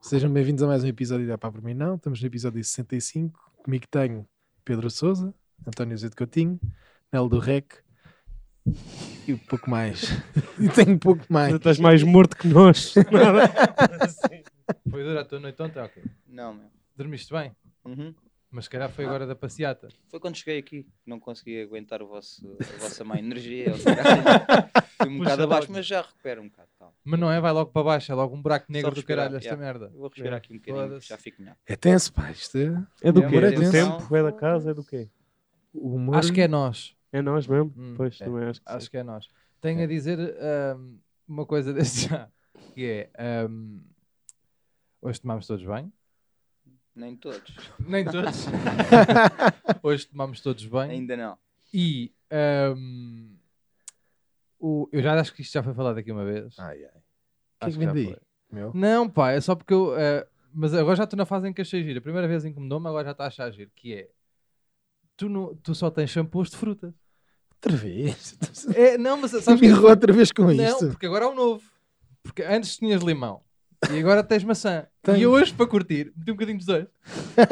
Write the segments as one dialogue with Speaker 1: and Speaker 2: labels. Speaker 1: Sejam bem-vindos a mais um episódio da Pá Por Mim Não. Estamos no episódio 65. Comigo tenho Pedro Souza, António Zé de Coutinho, Nelo do Rec e um pouco mais. e tenho um pouco mais.
Speaker 2: Ainda estás mais morto que nós.
Speaker 3: Foi dura a tua noite ontem, ok.
Speaker 4: Não, meu.
Speaker 3: Dormiste bem,
Speaker 4: Uhum.
Speaker 3: mas se calhar foi agora da passeata.
Speaker 4: Foi quando cheguei aqui, não consegui aguentar o vosso, a vossa má energia. ou seja, assim, Fui um
Speaker 2: Puxa
Speaker 4: bocado abaixo,
Speaker 2: logo.
Speaker 4: mas já recupero um bocado. Calma.
Speaker 3: Mas não é, vai logo para baixo, é logo um buraco negro do
Speaker 4: respirar,
Speaker 3: caralho esta
Speaker 4: yeah.
Speaker 3: merda.
Speaker 4: Eu vou respirar aqui um bocadinho,
Speaker 3: Foda-se.
Speaker 4: já fico melhor.
Speaker 1: É tenso, pá. Isto é...
Speaker 2: É do
Speaker 3: É
Speaker 2: quê?
Speaker 3: uma
Speaker 2: É do
Speaker 4: tensão.
Speaker 2: tempo? É da casa? É do quê?
Speaker 1: O humor...
Speaker 3: Acho que é nós.
Speaker 2: É nós mesmo?
Speaker 3: Hum,
Speaker 2: pois,
Speaker 3: é.
Speaker 2: também acho que
Speaker 3: Acho
Speaker 2: sim.
Speaker 3: que é nós. Tenho a dizer ahm, uma coisa desde já, que é. ahm, hoje tomámos todos bem.
Speaker 4: Nem todos.
Speaker 3: Nem todos. hoje tomámos todos bem.
Speaker 4: Ainda não.
Speaker 3: E. ahm, o, eu já acho que isto já foi falado aqui uma vez.
Speaker 1: Ai, ai. O que é
Speaker 3: Acho
Speaker 1: que
Speaker 3: que já
Speaker 1: vem daí?
Speaker 3: foi.
Speaker 1: Meu?
Speaker 3: Não, pá, é só porque eu. eh, mas agora já estou na fase em que achei giro. A primeira vez incomodou-me, agora já está a achar giro. Que é. Tu, não, tu só tens shampoos de fruta.
Speaker 1: Outra vez.
Speaker 3: É, não, mas sabes.
Speaker 1: Me
Speaker 3: que-
Speaker 1: errou outra vez com
Speaker 3: não,
Speaker 1: isto.
Speaker 3: porque agora há um novo. Porque antes tinhas limão. E agora tens maçã.
Speaker 1: Tenho.
Speaker 3: E eu hoje, para curtir, meti um bocadinho dos dois.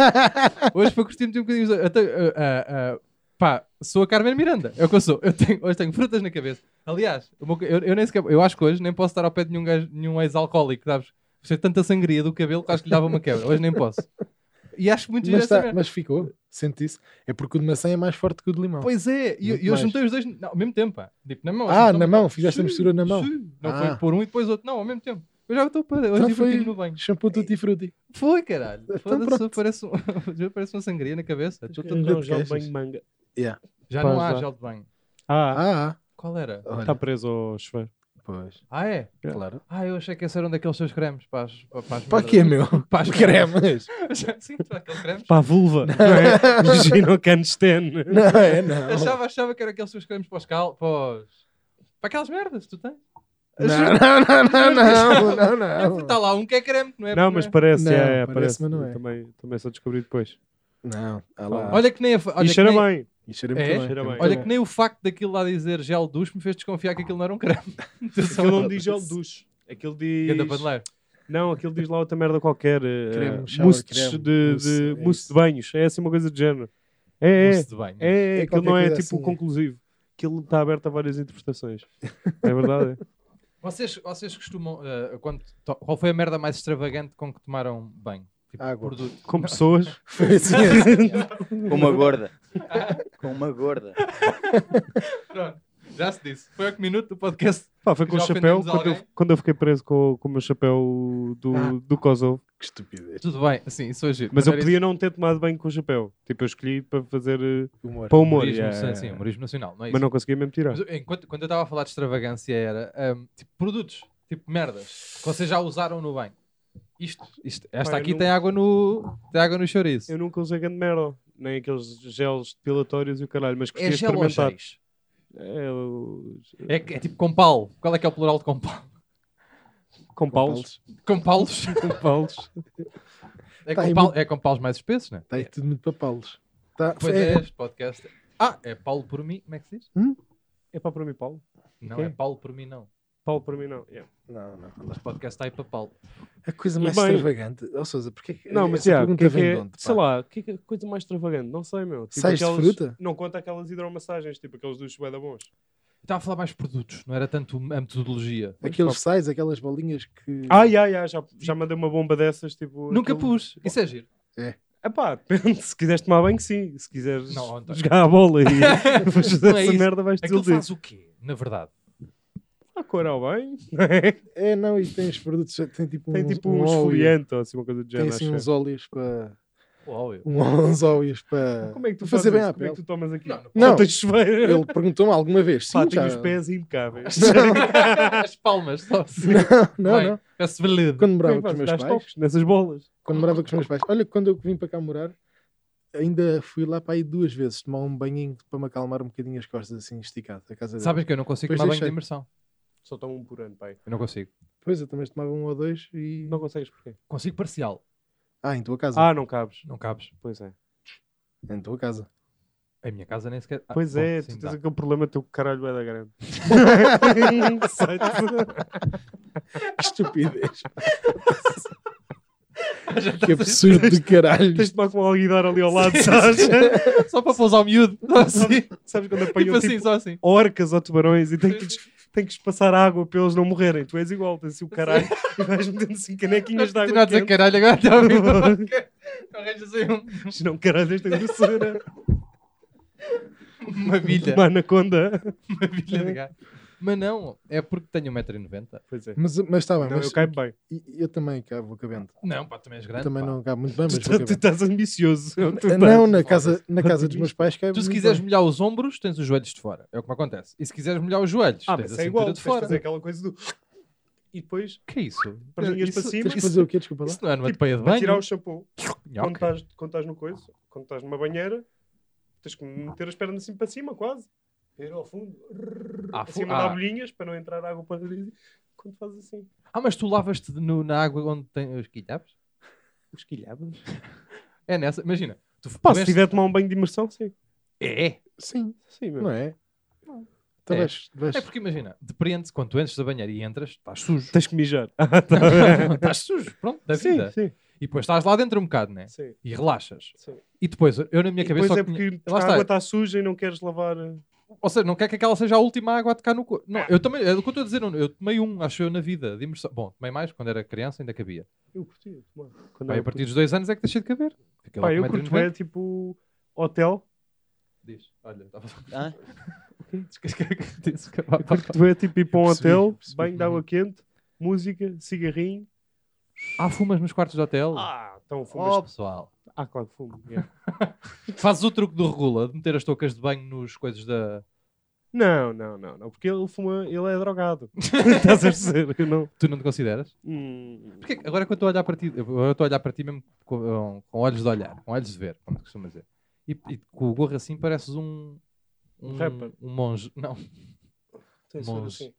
Speaker 3: hoje, para curtir, meti um bocadinho dos dois. Eu tenho, eh, ah, ah, pá, sou a Carmen Miranda. É o que eu sou. Eu tenho, hoje tenho frutas na cabeça. Aliás, o meu ca- eu, eu nem sequer, eu acho que hoje nem posso estar ao pé de nenhum, gajo- nenhum ex-alcoólico, sabes? Ser tanta sangria do cabelo que acho que lhe dava uma quebra. Hoje nem posso. E acho muito giro
Speaker 1: Mas,
Speaker 3: essa
Speaker 1: tá-
Speaker 3: merda.
Speaker 1: mas ficou. Senti-se. É porque o de maçã é mais forte que o de limão.
Speaker 3: Pois é, e eu,
Speaker 1: Muito
Speaker 3: eu
Speaker 1: mais.
Speaker 3: juntei os dois não, ao mesmo tempo, pá. Tipo, na mão.
Speaker 1: Ah,
Speaker 3: assim,
Speaker 1: na
Speaker 3: toma-
Speaker 1: mão, fizeste a
Speaker 3: Sim,
Speaker 1: mistura na mão.
Speaker 3: sim. Não
Speaker 1: Ah.
Speaker 3: foi pôr um e depois outro, não, ao mesmo tempo. Eu já estou para. Hoje
Speaker 1: Então
Speaker 3: divertido
Speaker 1: foi-
Speaker 3: no banho.
Speaker 1: Shampoo tutti frutti.
Speaker 3: Foi, caralho.
Speaker 1: Então
Speaker 3: Foda-se,
Speaker 1: pronto.
Speaker 3: parece, um, já parece uma sangria na cabeça.
Speaker 2: Acho
Speaker 3: Tô
Speaker 2: que
Speaker 3: todo-
Speaker 1: de
Speaker 2: não, já
Speaker 1: queixas.
Speaker 2: banho de manga.
Speaker 3: Já
Speaker 2: Pá,
Speaker 3: não há
Speaker 2: já.
Speaker 3: gel de banho.
Speaker 2: Ah,
Speaker 1: Ah,
Speaker 3: Qual era?
Speaker 1: olha.
Speaker 2: está preso ao chuveiro.
Speaker 1: Pois.
Speaker 3: Ah, é?
Speaker 1: Claro.
Speaker 3: Ah, eu achei que esse era um daqueles seus cremes para as, para as
Speaker 1: Para
Speaker 3: merdas.
Speaker 1: quê, é meu?
Speaker 3: Para as
Speaker 1: Os cremes.
Speaker 3: Sim, para aqueles cremes.
Speaker 2: Para a vulva. Não é? Imagina o Cansten.
Speaker 1: Não é, não.
Speaker 3: Achava, achava que era aqueles seus cremes para os cal... Para, os- para aquelas merdas que tu tens.
Speaker 1: Não, não, não, não,
Speaker 3: É porque
Speaker 1: não,
Speaker 3: Está lá um que é creme, não é?
Speaker 2: Não, mas parece.
Speaker 1: Não,
Speaker 2: é, é,
Speaker 1: parece,
Speaker 2: parece,
Speaker 1: mas não é.
Speaker 2: Também, também só descobri depois.
Speaker 1: não. ah lá.
Speaker 3: é. Olha que nem a... fa- Olha
Speaker 2: e
Speaker 3: que
Speaker 2: cheira
Speaker 3: nem-
Speaker 2: bem.
Speaker 1: Isso era
Speaker 3: É?
Speaker 1: muito bem.
Speaker 2: Cheira bem.
Speaker 3: Olha que nem o facto daquilo lá dizer gel duche me fez desconfiar que aquilo não era um creme.
Speaker 2: Aquilo não diz gel duche. Aquilo diz.
Speaker 3: Ganda paneleiro.
Speaker 2: Não, aquilo diz lá outra merda qualquer. eh,
Speaker 1: Creme,
Speaker 2: eh,
Speaker 1: shower
Speaker 2: mousse
Speaker 1: creme,
Speaker 2: de, de-
Speaker 1: mousse, é
Speaker 2: mousse
Speaker 1: isso.
Speaker 2: de banhos. É assim uma coisa do género. É, é.
Speaker 3: Mousse de banho.
Speaker 2: É,
Speaker 1: É
Speaker 2: aquilo
Speaker 1: qualquer
Speaker 2: não é
Speaker 1: coisa
Speaker 2: tipo
Speaker 1: assim, é.
Speaker 2: conclusivo. Aquilo está aberto a várias interpretações. É verdade? é.
Speaker 3: Vocês, vocês costumam. eh, quando to- qual foi a merda mais extravagante com que tomaram banho? Tipo,
Speaker 1: Água.
Speaker 3: produto.
Speaker 2: Com pessoas.
Speaker 1: Foi assim, assim.
Speaker 4: Com uma gorda. Com uma gorda.
Speaker 3: Pronto, já se disse. Foi ao que minuto do podcast.
Speaker 2: Pá, foi com o
Speaker 3: Já
Speaker 2: chapéu.
Speaker 3: ofendemos
Speaker 2: Quando eu,
Speaker 3: alguém?
Speaker 2: quando eu fiquei preso com, com o meu chapéu do,
Speaker 1: Ah.
Speaker 2: do Kosovo.
Speaker 1: Que estupidez.
Speaker 3: Tudo bem, assim, isso é giro.
Speaker 2: Mas eu
Speaker 3: era
Speaker 2: podia não ter tomado banho com o chapéu. Tipo, eu escolhi para fazer. eh,
Speaker 1: Humor.
Speaker 2: para o
Speaker 3: isso.
Speaker 2: humor.
Speaker 3: Humorismo,
Speaker 2: yeah,
Speaker 3: sim,
Speaker 2: yeah,
Speaker 3: sim,
Speaker 2: yeah.
Speaker 3: humorismo nacional, não é isso?
Speaker 2: Mas não conseguia mesmo tirar.
Speaker 3: Mas eu- enquanto, quando eu estava a falar de extravagância era ahm, tipo produtos, tipo merdas, que vocês já usaram no banho. Isto, isto- esta
Speaker 2: Pá, eu
Speaker 3: aqui
Speaker 2: não-
Speaker 3: tem água no. Tem água no chouriço.
Speaker 2: Eu nunca usei grande merda. Nem aqueles gels depilatórios e o caralho. Mas
Speaker 3: É
Speaker 2: gostei de
Speaker 3: gel ou
Speaker 2: experimentar.
Speaker 3: chouriço?
Speaker 2: É, o-
Speaker 3: É, que- é tipo compal. Qual é que é o plural de compal?
Speaker 2: Com paus.
Speaker 3: Compalos?
Speaker 2: Com paus.
Speaker 3: É
Speaker 1: Tá, e
Speaker 3: compal,
Speaker 1: muito-
Speaker 3: é compalos mais espessos, não é?
Speaker 1: Está aí tudo muito para palos. Tá,
Speaker 3: Pois
Speaker 1: é,
Speaker 3: é, este podcast. Ah, é Paulo por mim, como é que se diz?
Speaker 2: É para para mim, Paulo.
Speaker 3: Não,
Speaker 2: quê?
Speaker 3: é Paulo por mim, não.
Speaker 2: Paulo para mim, não. Yeah.
Speaker 1: Não, não.
Speaker 3: Este podcast está aí para Paulo.
Speaker 1: A coisa
Speaker 2: E
Speaker 1: mais
Speaker 2: bem-
Speaker 1: extravagante. Ó Sousa, porque é que
Speaker 2: Não, mas
Speaker 1: essa
Speaker 2: yeah,
Speaker 1: pergunta
Speaker 2: que é que
Speaker 1: vem
Speaker 2: é-
Speaker 1: de onde?
Speaker 2: sei
Speaker 1: pá?
Speaker 2: lá, que, que coisa mais extravagante, não sei, meu. Tipo,
Speaker 1: Sais de fruta?
Speaker 2: Não conta aquelas hidromassagens, tipo aqueles dos Sueda bons.
Speaker 3: Estava a falar mais produtos, não era tanto a metodologia.
Speaker 1: Aqueles sais, aquelas bolinhas que.
Speaker 2: Ah, já, já, já, já mandei uma bomba dessas, tipo.
Speaker 3: Nunca
Speaker 2: aquilo-
Speaker 3: pus, isso é giro.
Speaker 2: Epá, depende, se quiseres tomar banho, sim. Se quiseres
Speaker 3: Não, António.
Speaker 2: jogar a bola e fazer
Speaker 3: Não é
Speaker 2: essa
Speaker 3: isso.
Speaker 2: merda, vais
Speaker 3: Aquilo
Speaker 2: desiludir.
Speaker 3: faz o quê, na verdade?
Speaker 2: A cor ao bem, não é?
Speaker 1: É, não, e tem os produtos. Tem tipo
Speaker 2: Tem
Speaker 1: uns-
Speaker 2: tipo
Speaker 1: um
Speaker 2: um
Speaker 1: óleo.
Speaker 2: esfoliante ou assim, uma coisa do
Speaker 1: Tem
Speaker 2: género.
Speaker 1: assim
Speaker 2: acho.
Speaker 1: uns óleos para.
Speaker 3: Uau, eu.
Speaker 1: um- uns óleos para.
Speaker 2: Como é que tu
Speaker 1: fazer
Speaker 2: fazes
Speaker 1: bem
Speaker 2: isso?
Speaker 1: à
Speaker 2: Como é que
Speaker 1: pele?
Speaker 2: tu tomas aqui?
Speaker 3: Não, não
Speaker 1: Não.
Speaker 2: Não, tens chuveiro.
Speaker 1: Ele perguntou-me alguma vez.
Speaker 2: Pá,
Speaker 1: Sim,
Speaker 2: tenho
Speaker 1: já...
Speaker 2: os pés impecáveis.
Speaker 3: As palmas, só assim.
Speaker 1: Não,
Speaker 3: Bem,
Speaker 1: não.
Speaker 3: Parece valido.
Speaker 1: Quando
Speaker 2: Como é
Speaker 1: morava com os
Speaker 2: que fazes?
Speaker 1: meus
Speaker 2: Dás
Speaker 1: pais.
Speaker 2: toques nessas bolas.
Speaker 3: Uhum.
Speaker 1: Quando morava com os meus pais. Olha, quando eu vim para cá morar, ainda fui lá para aí duas vezes tomar um banhinho para me acalmar um bocadinho as costas, assim, esticado. A casa dela.
Speaker 3: Sabes que eu não consigo
Speaker 1: Pois
Speaker 3: tomar banho
Speaker 1: deixei.
Speaker 3: de imersão.
Speaker 2: Só tomo um por ano, pai.
Speaker 3: Eu não consigo.
Speaker 1: Pois, eu também tomava um ou dois e.
Speaker 2: Não consegues porquê?
Speaker 3: Consigo parcial.
Speaker 1: Ah, em tua casa.
Speaker 2: Ah, não cabes.
Speaker 3: Não cabes.
Speaker 2: Pois é.
Speaker 1: Em tua casa.
Speaker 3: A minha casa nem sequer. Ah,
Speaker 2: Pois
Speaker 3: bom,
Speaker 2: é,
Speaker 3: sim,
Speaker 2: tu
Speaker 3: dá.
Speaker 2: tens aquele problema teu que caralho é da grande. Sei-te.
Speaker 1: Estupidez.
Speaker 3: Já
Speaker 1: Que
Speaker 3: estás a-
Speaker 1: absurdo de caralho.
Speaker 2: Tens de lá com um alguidar ali ao lado, sabes?
Speaker 3: Só para pousar o miúdo. Só assim.
Speaker 2: Sabes- Sabes quando apanham
Speaker 3: Tipo
Speaker 2: tipo,
Speaker 3: assim, só assim.
Speaker 2: orcas ou tubarões e tem que, lhes- tem que lhes passar água para eles não morrerem. Tu és igual, tens assim o caralho e vais metendo assim canequinhas de água.
Speaker 3: Continuar a dizer
Speaker 2: quente.
Speaker 3: caralho, agora está a ver. Arranjas aí um-
Speaker 2: Isto não, caralho, esta grossura.
Speaker 3: uma bilha.
Speaker 2: Uma anaconda.
Speaker 3: Uma bilha de gato. Mas não, é porque tenho 1,90m.
Speaker 2: Pois é.
Speaker 1: Mas, mas está bem,
Speaker 2: Não,
Speaker 1: mas
Speaker 2: eu caio bem.
Speaker 1: e- eu também cabo, vou cabendo.
Speaker 3: Não, pá, também és grande.
Speaker 1: também
Speaker 3: pá.
Speaker 1: não cabo muito bem, mas
Speaker 2: Tu,
Speaker 1: vou
Speaker 2: tá- tu
Speaker 1: cabendo.
Speaker 2: estás ambicioso. é o que tu estás.
Speaker 1: Não, na casa, na casa dos meus pais caibo.
Speaker 3: Tu, se
Speaker 1: muito
Speaker 3: quiseres
Speaker 1: bem.
Speaker 3: molhar os ombros, tens os joelhos de fora. É o que me acontece. E se quiseres molhar os joelhos,
Speaker 2: Ah,
Speaker 3: tens
Speaker 2: mas
Speaker 3: a
Speaker 2: é
Speaker 3: cintura
Speaker 2: igual,
Speaker 3: de
Speaker 2: tu tens de
Speaker 3: fora.
Speaker 2: fazer aquela coisa do. E depois,
Speaker 3: Que é isso?
Speaker 2: perninhas
Speaker 3: Isso-
Speaker 2: para cima,
Speaker 1: Tens que
Speaker 3: isso-
Speaker 1: fazer o quê? Desculpa lá.
Speaker 3: Isso não é numa
Speaker 2: Tipo,
Speaker 3: tepeia de
Speaker 2: para
Speaker 3: banho.
Speaker 2: tirar o shampoo. Quando
Speaker 3: Nhoque.
Speaker 2: estás- Quando estás no coisa, quando estás numa banheira, tens que meter as pernas assim para cima, quase. Ir ao fundo.
Speaker 3: Ah, fu-
Speaker 2: Acima
Speaker 3: ah.
Speaker 2: dá bolhinhas para não entrar água para dentro. Quando fazes assim.
Speaker 3: Ah, mas tu lavas-te no- na água onde tem os quilhabes? um
Speaker 2: Os quilhados.
Speaker 3: É nessa, imagina. Tu
Speaker 2: Pá, se
Speaker 3: tu és-
Speaker 2: tiver a tomar um banho de imersão, sim.
Speaker 3: É,
Speaker 1: Sim,
Speaker 2: Sim, meu.
Speaker 1: não é? Então
Speaker 3: É.
Speaker 1: vais- vais-
Speaker 3: é porque imagina, depreende-se quando tu entras da banheira e entras, estás sujo.
Speaker 2: Tens que mijar. Ah,
Speaker 3: estás sujo, pronto, da
Speaker 2: sim,
Speaker 3: vida.
Speaker 2: sim,
Speaker 3: E depois estás lá dentro um bocado, né?
Speaker 2: sim.
Speaker 3: E relaxas.
Speaker 2: sim.
Speaker 3: E depois, eu na minha
Speaker 2: E
Speaker 3: cabeça.
Speaker 2: depois
Speaker 3: só
Speaker 2: é
Speaker 3: tinha-
Speaker 2: porque
Speaker 3: Lá
Speaker 2: a água
Speaker 3: está.
Speaker 2: está suja e não queres lavar. eh,
Speaker 3: Ou seja, não quer que aquela seja a última água a tocar no corpo. Não, eu também, é o que eu estou a dizer, eu tomei um, acho eu, na vida, de imersão. Bom, tomei mais, quando era criança ainda cabia.
Speaker 2: Eu curti. de tomar. Quando
Speaker 3: Pá,
Speaker 2: era
Speaker 3: a partir dos dois anos é que deixei de caber.
Speaker 2: puto.
Speaker 3: Fiquei lá
Speaker 2: Pá,
Speaker 3: com
Speaker 2: eu
Speaker 3: 1,90 m.
Speaker 2: curto é tipo hotel.
Speaker 3: Diz, olha, estava
Speaker 4: Hã?
Speaker 2: Eu curto é tipo ir para um
Speaker 1: Percebi,
Speaker 2: hotel,
Speaker 1: percebi.
Speaker 2: banho de água quente, música, cigarrinho.
Speaker 3: Há fumas nos quartos de hotel?
Speaker 2: Ah, então fumas.
Speaker 3: oh, pessoal.
Speaker 2: Ah, claro que fumo. yeah.
Speaker 3: Fazes o truque do regula, de meter as toucas de banho nos coisas da...
Speaker 2: não, não, não, não. Porque ele fuma, ele é drogado. Estás a perceber? Eu não.
Speaker 3: Tu não te consideras?
Speaker 2: Hum,
Speaker 3: Porque agora é que eu estou a olhar para ti, eu estou a olhar para ti mesmo com, com olhos de olhar, com olhos de ver, como se costuma dizer. E, e com o gorro assim pareces um... Um,
Speaker 2: rapper.
Speaker 3: um monge. Não,
Speaker 2: tem que ser
Speaker 3: Mas-
Speaker 2: assim.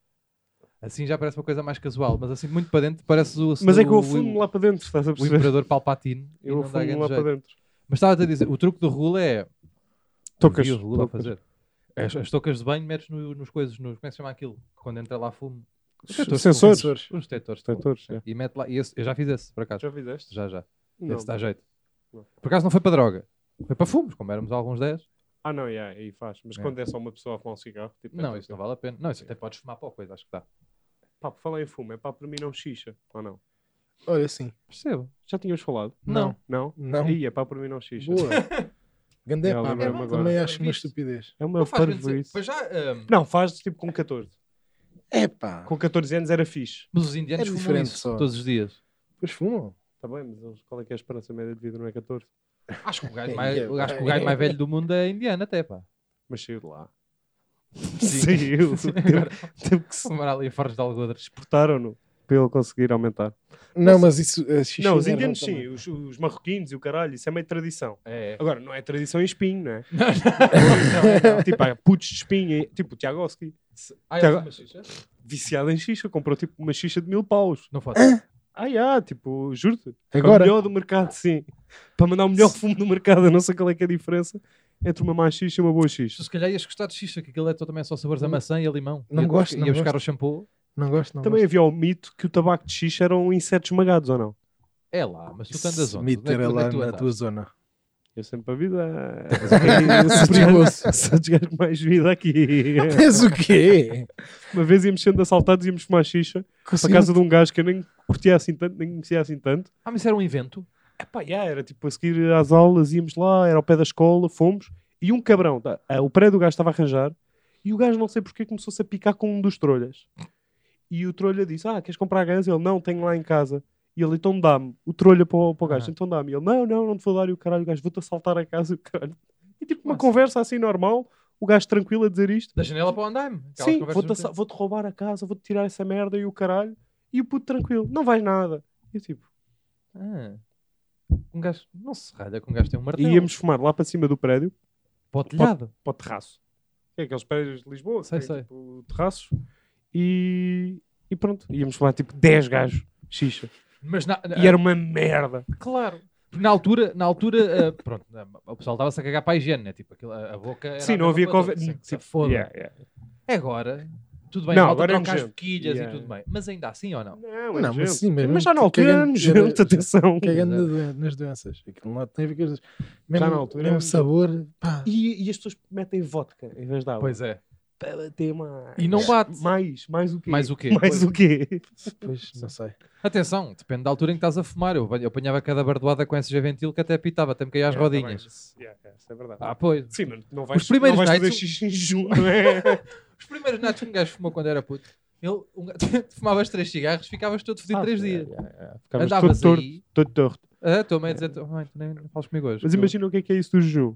Speaker 3: assim já parece uma coisa mais casual, mas assim muito para dentro pareces o...
Speaker 2: Mas é que
Speaker 3: o-
Speaker 2: eu fumo lá para dentro, estás a
Speaker 3: O
Speaker 2: perceber?
Speaker 3: Imperador Palpatine. e
Speaker 2: Eu
Speaker 3: não dá grande
Speaker 2: fumo lá para
Speaker 3: jeito.
Speaker 2: dentro.
Speaker 3: Mas estava-te a dizer, o truque do regula é...
Speaker 2: Tocas.
Speaker 3: Vi o Lula a
Speaker 2: tocas.
Speaker 3: fazer. As, as toucas de banho metes no- nos coisas, nos, como é que se chama aquilo? Quando entra lá fumo. Os detectores de
Speaker 2: Sensores.
Speaker 3: fumo. Os detectores. de fumo.
Speaker 2: Tentores, é.
Speaker 3: E mete lá. E esse- eu já fiz esse, por acaso.
Speaker 2: Já fizeste?
Speaker 3: Já, já.
Speaker 2: Não.
Speaker 3: Esse dá jeito.
Speaker 2: Não.
Speaker 3: Por acaso não foi para droga. Foi para fumos, como éramos alguns 10.
Speaker 2: Ah, não, yeah, aí faz. Mas
Speaker 3: É.
Speaker 2: quando é só uma pessoa a fumar um cigarro, tipo, é
Speaker 3: Não,
Speaker 2: tudo
Speaker 3: isso não
Speaker 2: bem.
Speaker 3: vale a pena. Não, isso até podes fumar para a coisa, acho que dá.
Speaker 2: Pá, por falar em fumo, é pá, para mim não xixa, ou não?
Speaker 1: Olha, sim.
Speaker 3: Percebo.
Speaker 2: Já tínhamos falado?
Speaker 1: Não.
Speaker 2: Não?
Speaker 1: Não.
Speaker 2: Ih, é pá, para mim não xixa.
Speaker 1: Boa. Gandé
Speaker 2: Eu
Speaker 1: pá,
Speaker 2: lembrei-me
Speaker 1: mano,
Speaker 2: agora.
Speaker 1: também acho uma
Speaker 3: Viste?
Speaker 1: estupidez.
Speaker 2: É uma parvoíce.
Speaker 3: Pois já. hum,
Speaker 2: Não, faz tipo com 14.
Speaker 1: É pá.
Speaker 2: Com 14 anos era fixe.
Speaker 3: Mas os indianos
Speaker 1: É
Speaker 3: fumam
Speaker 1: diferente
Speaker 3: isso
Speaker 1: só.
Speaker 3: todos os dias.
Speaker 1: Pois fumam.
Speaker 2: Está bem, mas eles- qual é que é a esperança média de vida? Não é 14?
Speaker 3: Acho que o gajo
Speaker 1: É,
Speaker 3: mais,
Speaker 1: é,
Speaker 3: acho que o
Speaker 1: é.
Speaker 3: gajo mais velho do mundo é indiano, até pá.
Speaker 2: Mas saiu de lá.
Speaker 3: Sim.
Speaker 2: Saiu.
Speaker 3: Agora,
Speaker 2: Teve que se
Speaker 3: fumar ali a Forja de Algodres.
Speaker 2: exportaram-no para ele conseguir aumentar.
Speaker 1: Não, mas isso. a xixi
Speaker 2: não, os
Speaker 1: nerva
Speaker 2: indianos
Speaker 1: também.
Speaker 2: sim, os, os marroquinos e o caralho, isso é meio tradição.
Speaker 3: É. é.
Speaker 2: Agora, não é tradição em espinho, não é? não, não. Tipo, há putos de espinho, aí. tipo o Tiagovski,
Speaker 3: Ah,
Speaker 2: Tiago-
Speaker 3: ele fuma xixa?
Speaker 2: viciado em xixa, comprou tipo uma xixa de mil paus.
Speaker 3: Não pode.
Speaker 2: Ah, yeah, tipo, juro-te. É O
Speaker 1: Agora?
Speaker 2: melhor do mercado, sim. Para mandar o melhor fumo do mercado, eu não sei qual é que é a diferença entre uma má xixa e uma boa
Speaker 3: Tu
Speaker 2: xixa.
Speaker 3: se calhar ias gostar de xixa, que aquilo é também só sabores a
Speaker 1: Não-
Speaker 3: maçã e a limão.
Speaker 1: não
Speaker 3: ia,
Speaker 1: gosto,
Speaker 3: Ia
Speaker 1: não
Speaker 3: buscar o shampoo.
Speaker 1: Não gosto, não
Speaker 2: Também
Speaker 1: gosto.
Speaker 2: havia o mito que o tabaco de xixa eram insetos esmagados, ou não?
Speaker 3: É lá, mas tu tantas
Speaker 1: Se
Speaker 3: onde?
Speaker 1: meter
Speaker 3: Onde é que- onde é
Speaker 1: lá
Speaker 3: que tu
Speaker 1: na
Speaker 3: andaste?
Speaker 1: tua zona.
Speaker 2: Eu sempre a vida. é
Speaker 1: Perigoso.
Speaker 2: Só desgasto mais vida aqui.
Speaker 1: Tens o quê?
Speaker 2: Uma vez íamos sendo assaltados, íamos fumar xixa para
Speaker 1: Consigo-
Speaker 2: casa de um gajo que eu nem curtia assim tanto, nem conhecia assim tanto.
Speaker 3: Ah, mas isso era um invento.
Speaker 2: Epá, já, era tipo a seguir às aulas, íamos lá, era ao pé da escola, fomos. E um cabrão, tá, ah, o prédio do gajo estava a arranjar e o gajo não sei porquê começou-se a picar com um dos trolhas. E o trolha disse: Ah, queres comprar gás? Ele: Não, tenho lá em casa. E ele, então dá-me. O trolha para o, para o gajo,
Speaker 3: Ah.
Speaker 2: então dá-me. E ele: Não, não, não te vou dar. E o caralho, o gajo, vou-te assaltar a casa. E o caralho. E tipo, uma
Speaker 3: Nossa.
Speaker 2: conversa assim normal, o gajo tranquilo a dizer isto.
Speaker 3: Da janela para o andaime. Aquelas
Speaker 2: Sim,
Speaker 3: conversas
Speaker 2: vou-te
Speaker 3: no
Speaker 2: assa-
Speaker 3: tempo.
Speaker 2: vou-te roubar a casa, vou-te tirar essa merda e o caralho. E o puto tranquilo, não vais nada. E eu tipo,
Speaker 3: Ah. Um gajo não se ralha que um gajo tem um
Speaker 2: e
Speaker 3: martelo.
Speaker 2: íamos fumar lá para cima do prédio,
Speaker 3: para o telhado.
Speaker 2: para o terraço. É aqueles prédios de Lisboa, que
Speaker 3: Sei,
Speaker 2: têm,
Speaker 3: sei.
Speaker 2: tipo terraços. E, e pronto, íamos fumar tipo 10 gajos, xixa.
Speaker 3: Mas na-
Speaker 2: E era uma merda.
Speaker 3: Claro. na altura, na altura, ah, pronto, ah, o pessoal estava-se a cagar para a higiene, né? Tipo, aquilo, a a boca. Era
Speaker 2: Sim,
Speaker 3: a
Speaker 2: não
Speaker 3: mesma
Speaker 2: havia
Speaker 3: coisa,
Speaker 2: Covid.
Speaker 3: sim,
Speaker 2: Sim.
Speaker 3: foda.
Speaker 2: Yeah, yeah.
Speaker 3: Agora, tudo bem,
Speaker 2: Não,
Speaker 3: não, malta
Speaker 2: agora é
Speaker 3: troca as
Speaker 2: nojento.
Speaker 3: boquilhas
Speaker 2: Yeah.
Speaker 3: e tudo bem. Mas ainda assim ou não?
Speaker 2: Não, é
Speaker 1: Não, mas
Speaker 2: nojento.
Speaker 1: sim, mesmo
Speaker 2: mas já na
Speaker 1: que
Speaker 2: altura
Speaker 1: cagando-
Speaker 2: era nojento,
Speaker 1: era-
Speaker 2: atenção.
Speaker 1: Cagando na doen- nas doenças. Aquilo não tem a ver com as Mesmo,
Speaker 2: na altura é
Speaker 1: mesmo
Speaker 2: era-
Speaker 1: sabor. Pá.
Speaker 2: E, e as pessoas metem vodka em vez de água.
Speaker 3: Pois é.
Speaker 2: Para bater mais.
Speaker 3: E não bate.
Speaker 2: Mais, mais o quê?
Speaker 3: Mais o quê?
Speaker 2: Mais o quê?
Speaker 1: Depois, não sei.
Speaker 3: Atenção, depende da altura em que estás a fumar. Eu, eu apanhava cada bardoada com SG Ventil que até pitava, até me caía as
Speaker 2: É, tá bem,
Speaker 3: rodinhas.
Speaker 2: mas- yeah, yeah, isso é verdade.
Speaker 3: Ah, pois.
Speaker 2: Sim, mas não vais,
Speaker 3: Os primeiros
Speaker 2: não vais fazer
Speaker 3: nights-
Speaker 2: xixi em junho, não é?
Speaker 3: Os primeiros natos que um gajo fumou quando era puto, ele, um gajo, fumavas três cigarros, ficavas todo fodido três dias.
Speaker 2: Ficavas
Speaker 3: Andavas
Speaker 2: Ah, todo torto,
Speaker 3: aí,
Speaker 2: todo torto.
Speaker 3: a tua mãe a dizer, "Oh, mãe, tu nem não falas comigo hoje.
Speaker 2: Mas
Speaker 3: Eu-
Speaker 2: imagina o que é que é isso do jejum.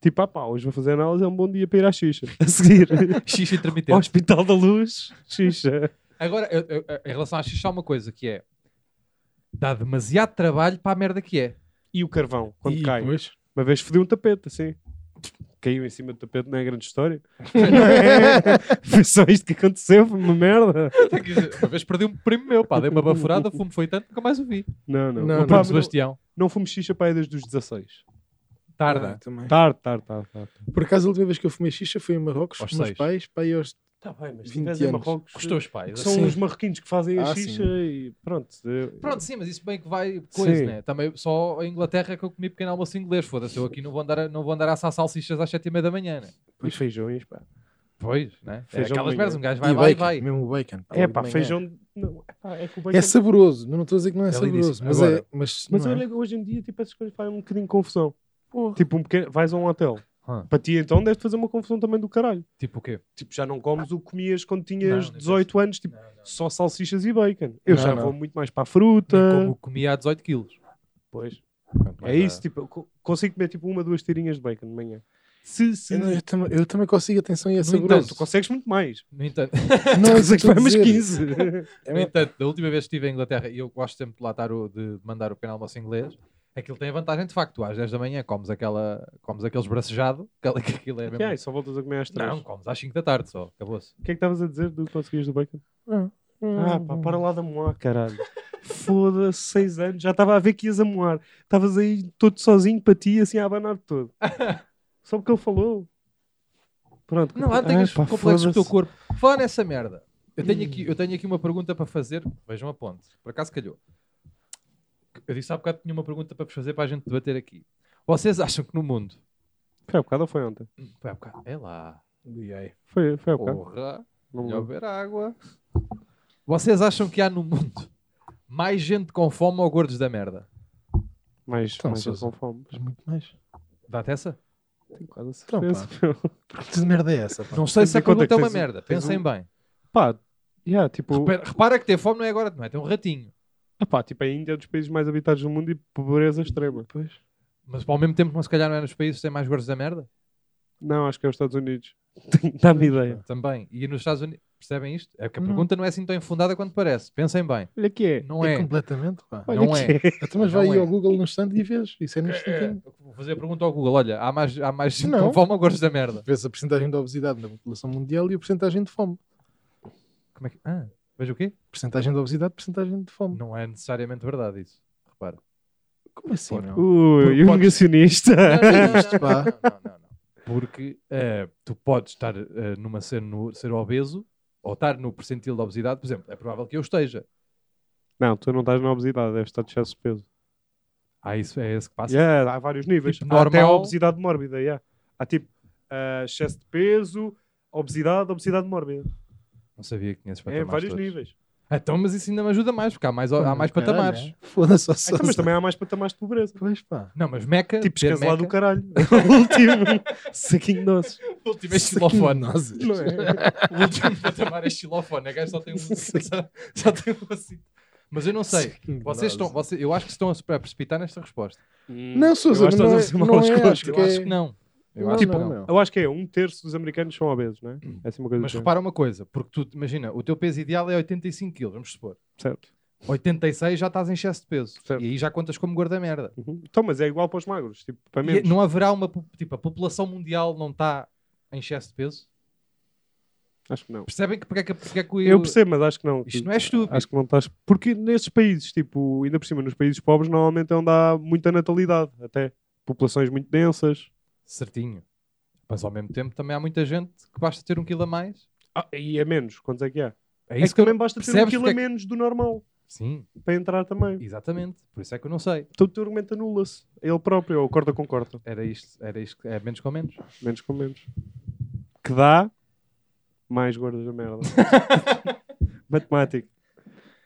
Speaker 2: Tipo, ah pá, hoje vou fazer análise, é um bom dia para ir à xixa. A seguir,
Speaker 3: Xixi intermitente.
Speaker 2: ao Hospital da Luz, xixa.
Speaker 3: Agora, eu- eu- em relação à xixi, há uma coisa que é, dá demasiado trabalho para a merda que é.
Speaker 2: E o carvão, quando
Speaker 1: e
Speaker 2: cai.
Speaker 1: depois,
Speaker 2: Uma vez fodi um tapete, assim. Caiu em cima do tapete, não é grande história. É. foi só isto que aconteceu, foi uma merda.
Speaker 3: Tenho que dizer, Uma vez perdi um primo meu, pá, dei uma baforada, o fumo foi tanto, nunca mais o vi.
Speaker 2: Não, não.
Speaker 1: Não,
Speaker 2: Mas,
Speaker 3: O
Speaker 2: pá,
Speaker 3: primo
Speaker 2: não,
Speaker 3: Sebastião,
Speaker 2: não fumo xixa para aí desde os 16.
Speaker 1: ah,
Speaker 3: tarda.
Speaker 1: também.
Speaker 2: Tarde, Tá. tarde, tarde. tarde.
Speaker 1: Por acaso, a última vez que eu fumei xixa foi em Marrocos
Speaker 3: Aos
Speaker 1: com os meus
Speaker 3: seis.
Speaker 1: pais. Pá, e aos...
Speaker 2: Tá bem, mas
Speaker 1: 20 anos.
Speaker 3: Custou os pais. assim.
Speaker 2: que Ah, eh, são
Speaker 1: Sim.
Speaker 2: os marroquinos que fazem a
Speaker 1: Ah,
Speaker 2: xixa e pronto. eh, eu-
Speaker 3: Pronto, sim, mas isso bem que vai coisa,
Speaker 2: Sim.
Speaker 3: né? Também só a Inglaterra é que eu comi pequeno almoço inglês, foda-se. Eu aqui não vou andar a, não vou andar a assar salsichas às sete e meia da manhã, né?
Speaker 2: E feijões, pá.
Speaker 3: Pois, né? É
Speaker 2: Feijão
Speaker 3: aquelas
Speaker 2: de manhã.
Speaker 3: merdas, um gajo vai
Speaker 1: e
Speaker 3: lá e
Speaker 1: bacon,
Speaker 3: vai.
Speaker 1: Mesmo o bacon. pá,
Speaker 2: É
Speaker 1: logo
Speaker 2: pá,
Speaker 1: de manhã.
Speaker 2: feijão. Não, é, pá, é que o bacon-
Speaker 1: É saboroso. Eu não estou a dizer que não é
Speaker 3: Ele disse,
Speaker 1: saboroso. Mas
Speaker 3: agora.
Speaker 1: é. Mas,
Speaker 2: Mas
Speaker 1: não é.
Speaker 2: olha, hoje em dia, tipo, essas coisas fazem um bocadinho de confusão. Tipo, um pequeno... vais a um hotel.
Speaker 3: Ah.
Speaker 2: Para ti, então, deve fazer uma confusão também do caralho.
Speaker 3: Tipo o quê?
Speaker 2: Tipo, já não comes o que comias quando tinhas
Speaker 3: Não, nem
Speaker 2: 18 anos, tipo, só salsichas e bacon. Eu
Speaker 1: Não,
Speaker 2: já
Speaker 1: não.
Speaker 2: vou muito mais para a
Speaker 3: Nem
Speaker 2: fruta.
Speaker 3: como ah. comia há 18 quilos.
Speaker 2: Pois.
Speaker 3: Quanto
Speaker 2: É
Speaker 3: mais
Speaker 2: isso, tipo, eu co- consigo comer tipo uma, duas tirinhas de bacon de manhã. Se, se...
Speaker 1: Eu, não- eu tam- eu também consigo atenção e é
Speaker 3: entanto,
Speaker 1: saboroso.
Speaker 2: Tu consegues muito mais.
Speaker 3: No entanto,
Speaker 1: Não, é isso que
Speaker 2: Consegues
Speaker 1: estou a
Speaker 2: mais umas
Speaker 1: dizer.
Speaker 2: 15.
Speaker 1: É
Speaker 3: no
Speaker 1: mesmo.
Speaker 3: entanto, da última vez que estive em Inglaterra, e eu gosto sempre de lá estar o- de mandar o pequeno almoço inglês, aquilo tem a vantagem de facto. Às 10 da manhã comes, aquela, comes aqueles bracejado, aquela, que aquilo é mesmo.
Speaker 2: Ah, e só voltas a comer às três.
Speaker 3: não, comes às 5 da tarde só, acabou-se.
Speaker 2: O que é que estavas a dizer do que conseguias do bacon?
Speaker 1: Não.
Speaker 3: hum.
Speaker 2: Ah, pá, para lá de amoar, caralho. Foda-se, seis anos. Já estava a ver que ias amoar. Estavas aí todo sozinho para ti, assim a abanar todo. Só porque ele falou. Pronto.
Speaker 3: Não, há
Speaker 2: continua.
Speaker 3: tenhas
Speaker 2: Ah, pá,
Speaker 3: complexos do teu
Speaker 2: foda-se.
Speaker 3: corpo. Fala nessa merda. Eu tenho, aqui, eu tenho aqui uma pergunta para fazer. Vejam a ponte. Por acaso calhou. Eu disse há bocado que tinha uma pergunta para vos fazer para a gente debater aqui. Vocês acham que no mundo.
Speaker 2: Foi há bocado ou foi ontem?
Speaker 3: Foi há bocado. É lá.
Speaker 2: Foi, foi há bocado.
Speaker 3: Porra.
Speaker 1: Oh,
Speaker 2: Não me
Speaker 3: E
Speaker 2: lembro.
Speaker 3: houver água. Vocês acham que há no mundo mais gente com fome ou gordos da merda?
Speaker 2: Mas,
Speaker 1: Então,
Speaker 2: mas eu
Speaker 1: Sousa.
Speaker 2: com fome.
Speaker 1: Mas muito mais.
Speaker 3: Dá-te essa?
Speaker 2: Tenho quase a
Speaker 1: Então, pá.
Speaker 2: certeza. meu.
Speaker 1: Porque de merda é essa? Pá?
Speaker 3: Não sei se
Speaker 2: Tens em
Speaker 3: a
Speaker 2: conta
Speaker 3: pergunta é
Speaker 2: que
Speaker 3: uma
Speaker 2: tens-
Speaker 3: merda.
Speaker 2: tens
Speaker 3: Pensem
Speaker 2: um-
Speaker 3: bem.
Speaker 2: Pá, yeah, tipo,
Speaker 3: Repara, repara que ter fome não é agora, não é? Tem um ratinho.
Speaker 2: ah, pá, tipo, a Índia é um dos países mais habitados do mundo e pobreza extrema.
Speaker 1: Pois.
Speaker 3: Mas ao mesmo tempo, não se calhar não é nos países que têm mais gordos da merda?
Speaker 2: Não, acho que é os Estados Unidos. Dá-me ideia.
Speaker 3: Também. E nos Estados Unidos. Percebem isto? É que a
Speaker 1: Não.
Speaker 3: pergunta não é assim tão infundada quanto parece. Pensem bem.
Speaker 2: Olha que Uhum. é.
Speaker 3: Não
Speaker 1: é,
Speaker 3: é.
Speaker 1: completamente, pá.
Speaker 2: Olha
Speaker 3: Não
Speaker 2: que é.
Speaker 1: Então, mas
Speaker 3: Não
Speaker 1: vai aí
Speaker 3: é.
Speaker 1: ao Google no stand e vês. Isso é no instantinho.
Speaker 3: Vou fazer a pergunta ao Google. Olha, há mais, há mais gente
Speaker 1: Não.
Speaker 3: com fome ou gordos da merda?
Speaker 1: Vês a porcentagem de obesidade na população mundial e a porcentagem de fome.
Speaker 3: Como é que... Ah, veja o quê?
Speaker 1: Porcentagem de obesidade, porcentagem de fome.
Speaker 3: Não é necessariamente verdade isso. Repara.
Speaker 1: Como assim?
Speaker 3: Pode.
Speaker 1: Não?
Speaker 2: Ui, e o
Speaker 1: Podes-
Speaker 2: negacionista.
Speaker 1: Isto, pá.
Speaker 3: Porque eh, tu podes estar eh, numa ser, no, ser obeso ou estar no percentil de obesidade, por exemplo. É provável que eu esteja.
Speaker 2: Não, tu não estás na obesidade, deves estar de excesso de peso.
Speaker 3: Ah, isso é esse que passa?
Speaker 2: Yeah, há vários níveis.
Speaker 3: Tipo,
Speaker 2: há até a
Speaker 3: normal.
Speaker 2: obesidade mórbida. Yeah. Há tipo ah, excesso de peso, obesidade, obesidade mórbida.
Speaker 3: Não sabia que tinha esses
Speaker 2: É
Speaker 3: patamares
Speaker 2: vários
Speaker 3: todos.
Speaker 2: níveis.
Speaker 3: Então, mas isso ainda me ajuda mais, porque há mais, há mais
Speaker 1: Caralho,
Speaker 3: patamares.
Speaker 1: é? Foda-se ao
Speaker 2: Ah, então, mas também há mais patamares de pobreza.
Speaker 1: Pois, pá.
Speaker 3: Não, mas Meca.
Speaker 2: Tipo,
Speaker 3: ter
Speaker 2: esquece lá do
Speaker 3: Meca-
Speaker 2: caralho. O último saquinho de doces.
Speaker 3: O último é
Speaker 1: Saquinho de
Speaker 3: xilofone.
Speaker 1: nozes.
Speaker 2: Não é?
Speaker 3: O último patamar é xilofone. A gajo só tem um. Só, só tem um assim. Mas eu não sei.
Speaker 1: Saquinho de
Speaker 3: Vocês estão,
Speaker 1: nozes.
Speaker 3: você, eu acho que se estão a se a precipitar nesta resposta.
Speaker 1: Não, Sousa,
Speaker 2: Hum, Eu acho que
Speaker 1: não,
Speaker 2: estás a fazer
Speaker 1: é,
Speaker 2: uma
Speaker 1: não
Speaker 2: boa
Speaker 1: é,
Speaker 2: escolha.
Speaker 1: acho
Speaker 3: Eu
Speaker 1: que
Speaker 3: acho
Speaker 1: é...
Speaker 3: que não. Eu
Speaker 1: Não,
Speaker 3: acho que
Speaker 1: não,
Speaker 3: não.
Speaker 1: não.
Speaker 2: Eu acho que é um terço dos americanos são obesos, não é? É assim uma coisa do
Speaker 3: Mas
Speaker 2: género.
Speaker 3: repara uma coisa, porque tu, imagina, o teu peso ideal é 85 kg, vamos supor.
Speaker 2: Certo.
Speaker 3: 86 já estás em excesso de peso.
Speaker 2: Certo.
Speaker 3: E aí já contas como gorda merda.
Speaker 2: Uhum. Então, mas é igual para os magros, tipo, para
Speaker 3: E
Speaker 2: menos.
Speaker 3: tá não haverá uma. po- Tipo, a população mundial não está em excesso de peso?
Speaker 2: Acho que não.
Speaker 3: Percebem que porque é que, porque é que
Speaker 2: Eu percebo, mas acho que não.
Speaker 3: Isto não é estúpido.
Speaker 2: Acho que não estás. Porque nesses países, tipo, ainda por cima, nos países pobres, normalmente é onde há muita natalidade, até. Populações muito densas.
Speaker 3: Certinho. Mas ao mesmo tempo também há muita gente que basta ter um quilo a mais.
Speaker 2: Ah, e é menos, quantos é que há?
Speaker 3: É
Speaker 2: É, que
Speaker 3: isso que eu...
Speaker 2: também basta ter um
Speaker 3: percebes
Speaker 2: quilo a
Speaker 3: porque é que-
Speaker 2: menos do normal
Speaker 3: Sim,
Speaker 2: para entrar também.
Speaker 3: exatamente. Por isso é que eu não sei.
Speaker 2: Então o teu argumento anula-se. É Ele próprio, ou corta com corta.
Speaker 3: Era isto, era isto, é menos com menos.
Speaker 2: Menos com menos. Que dá mais gordas da merda. Matemática.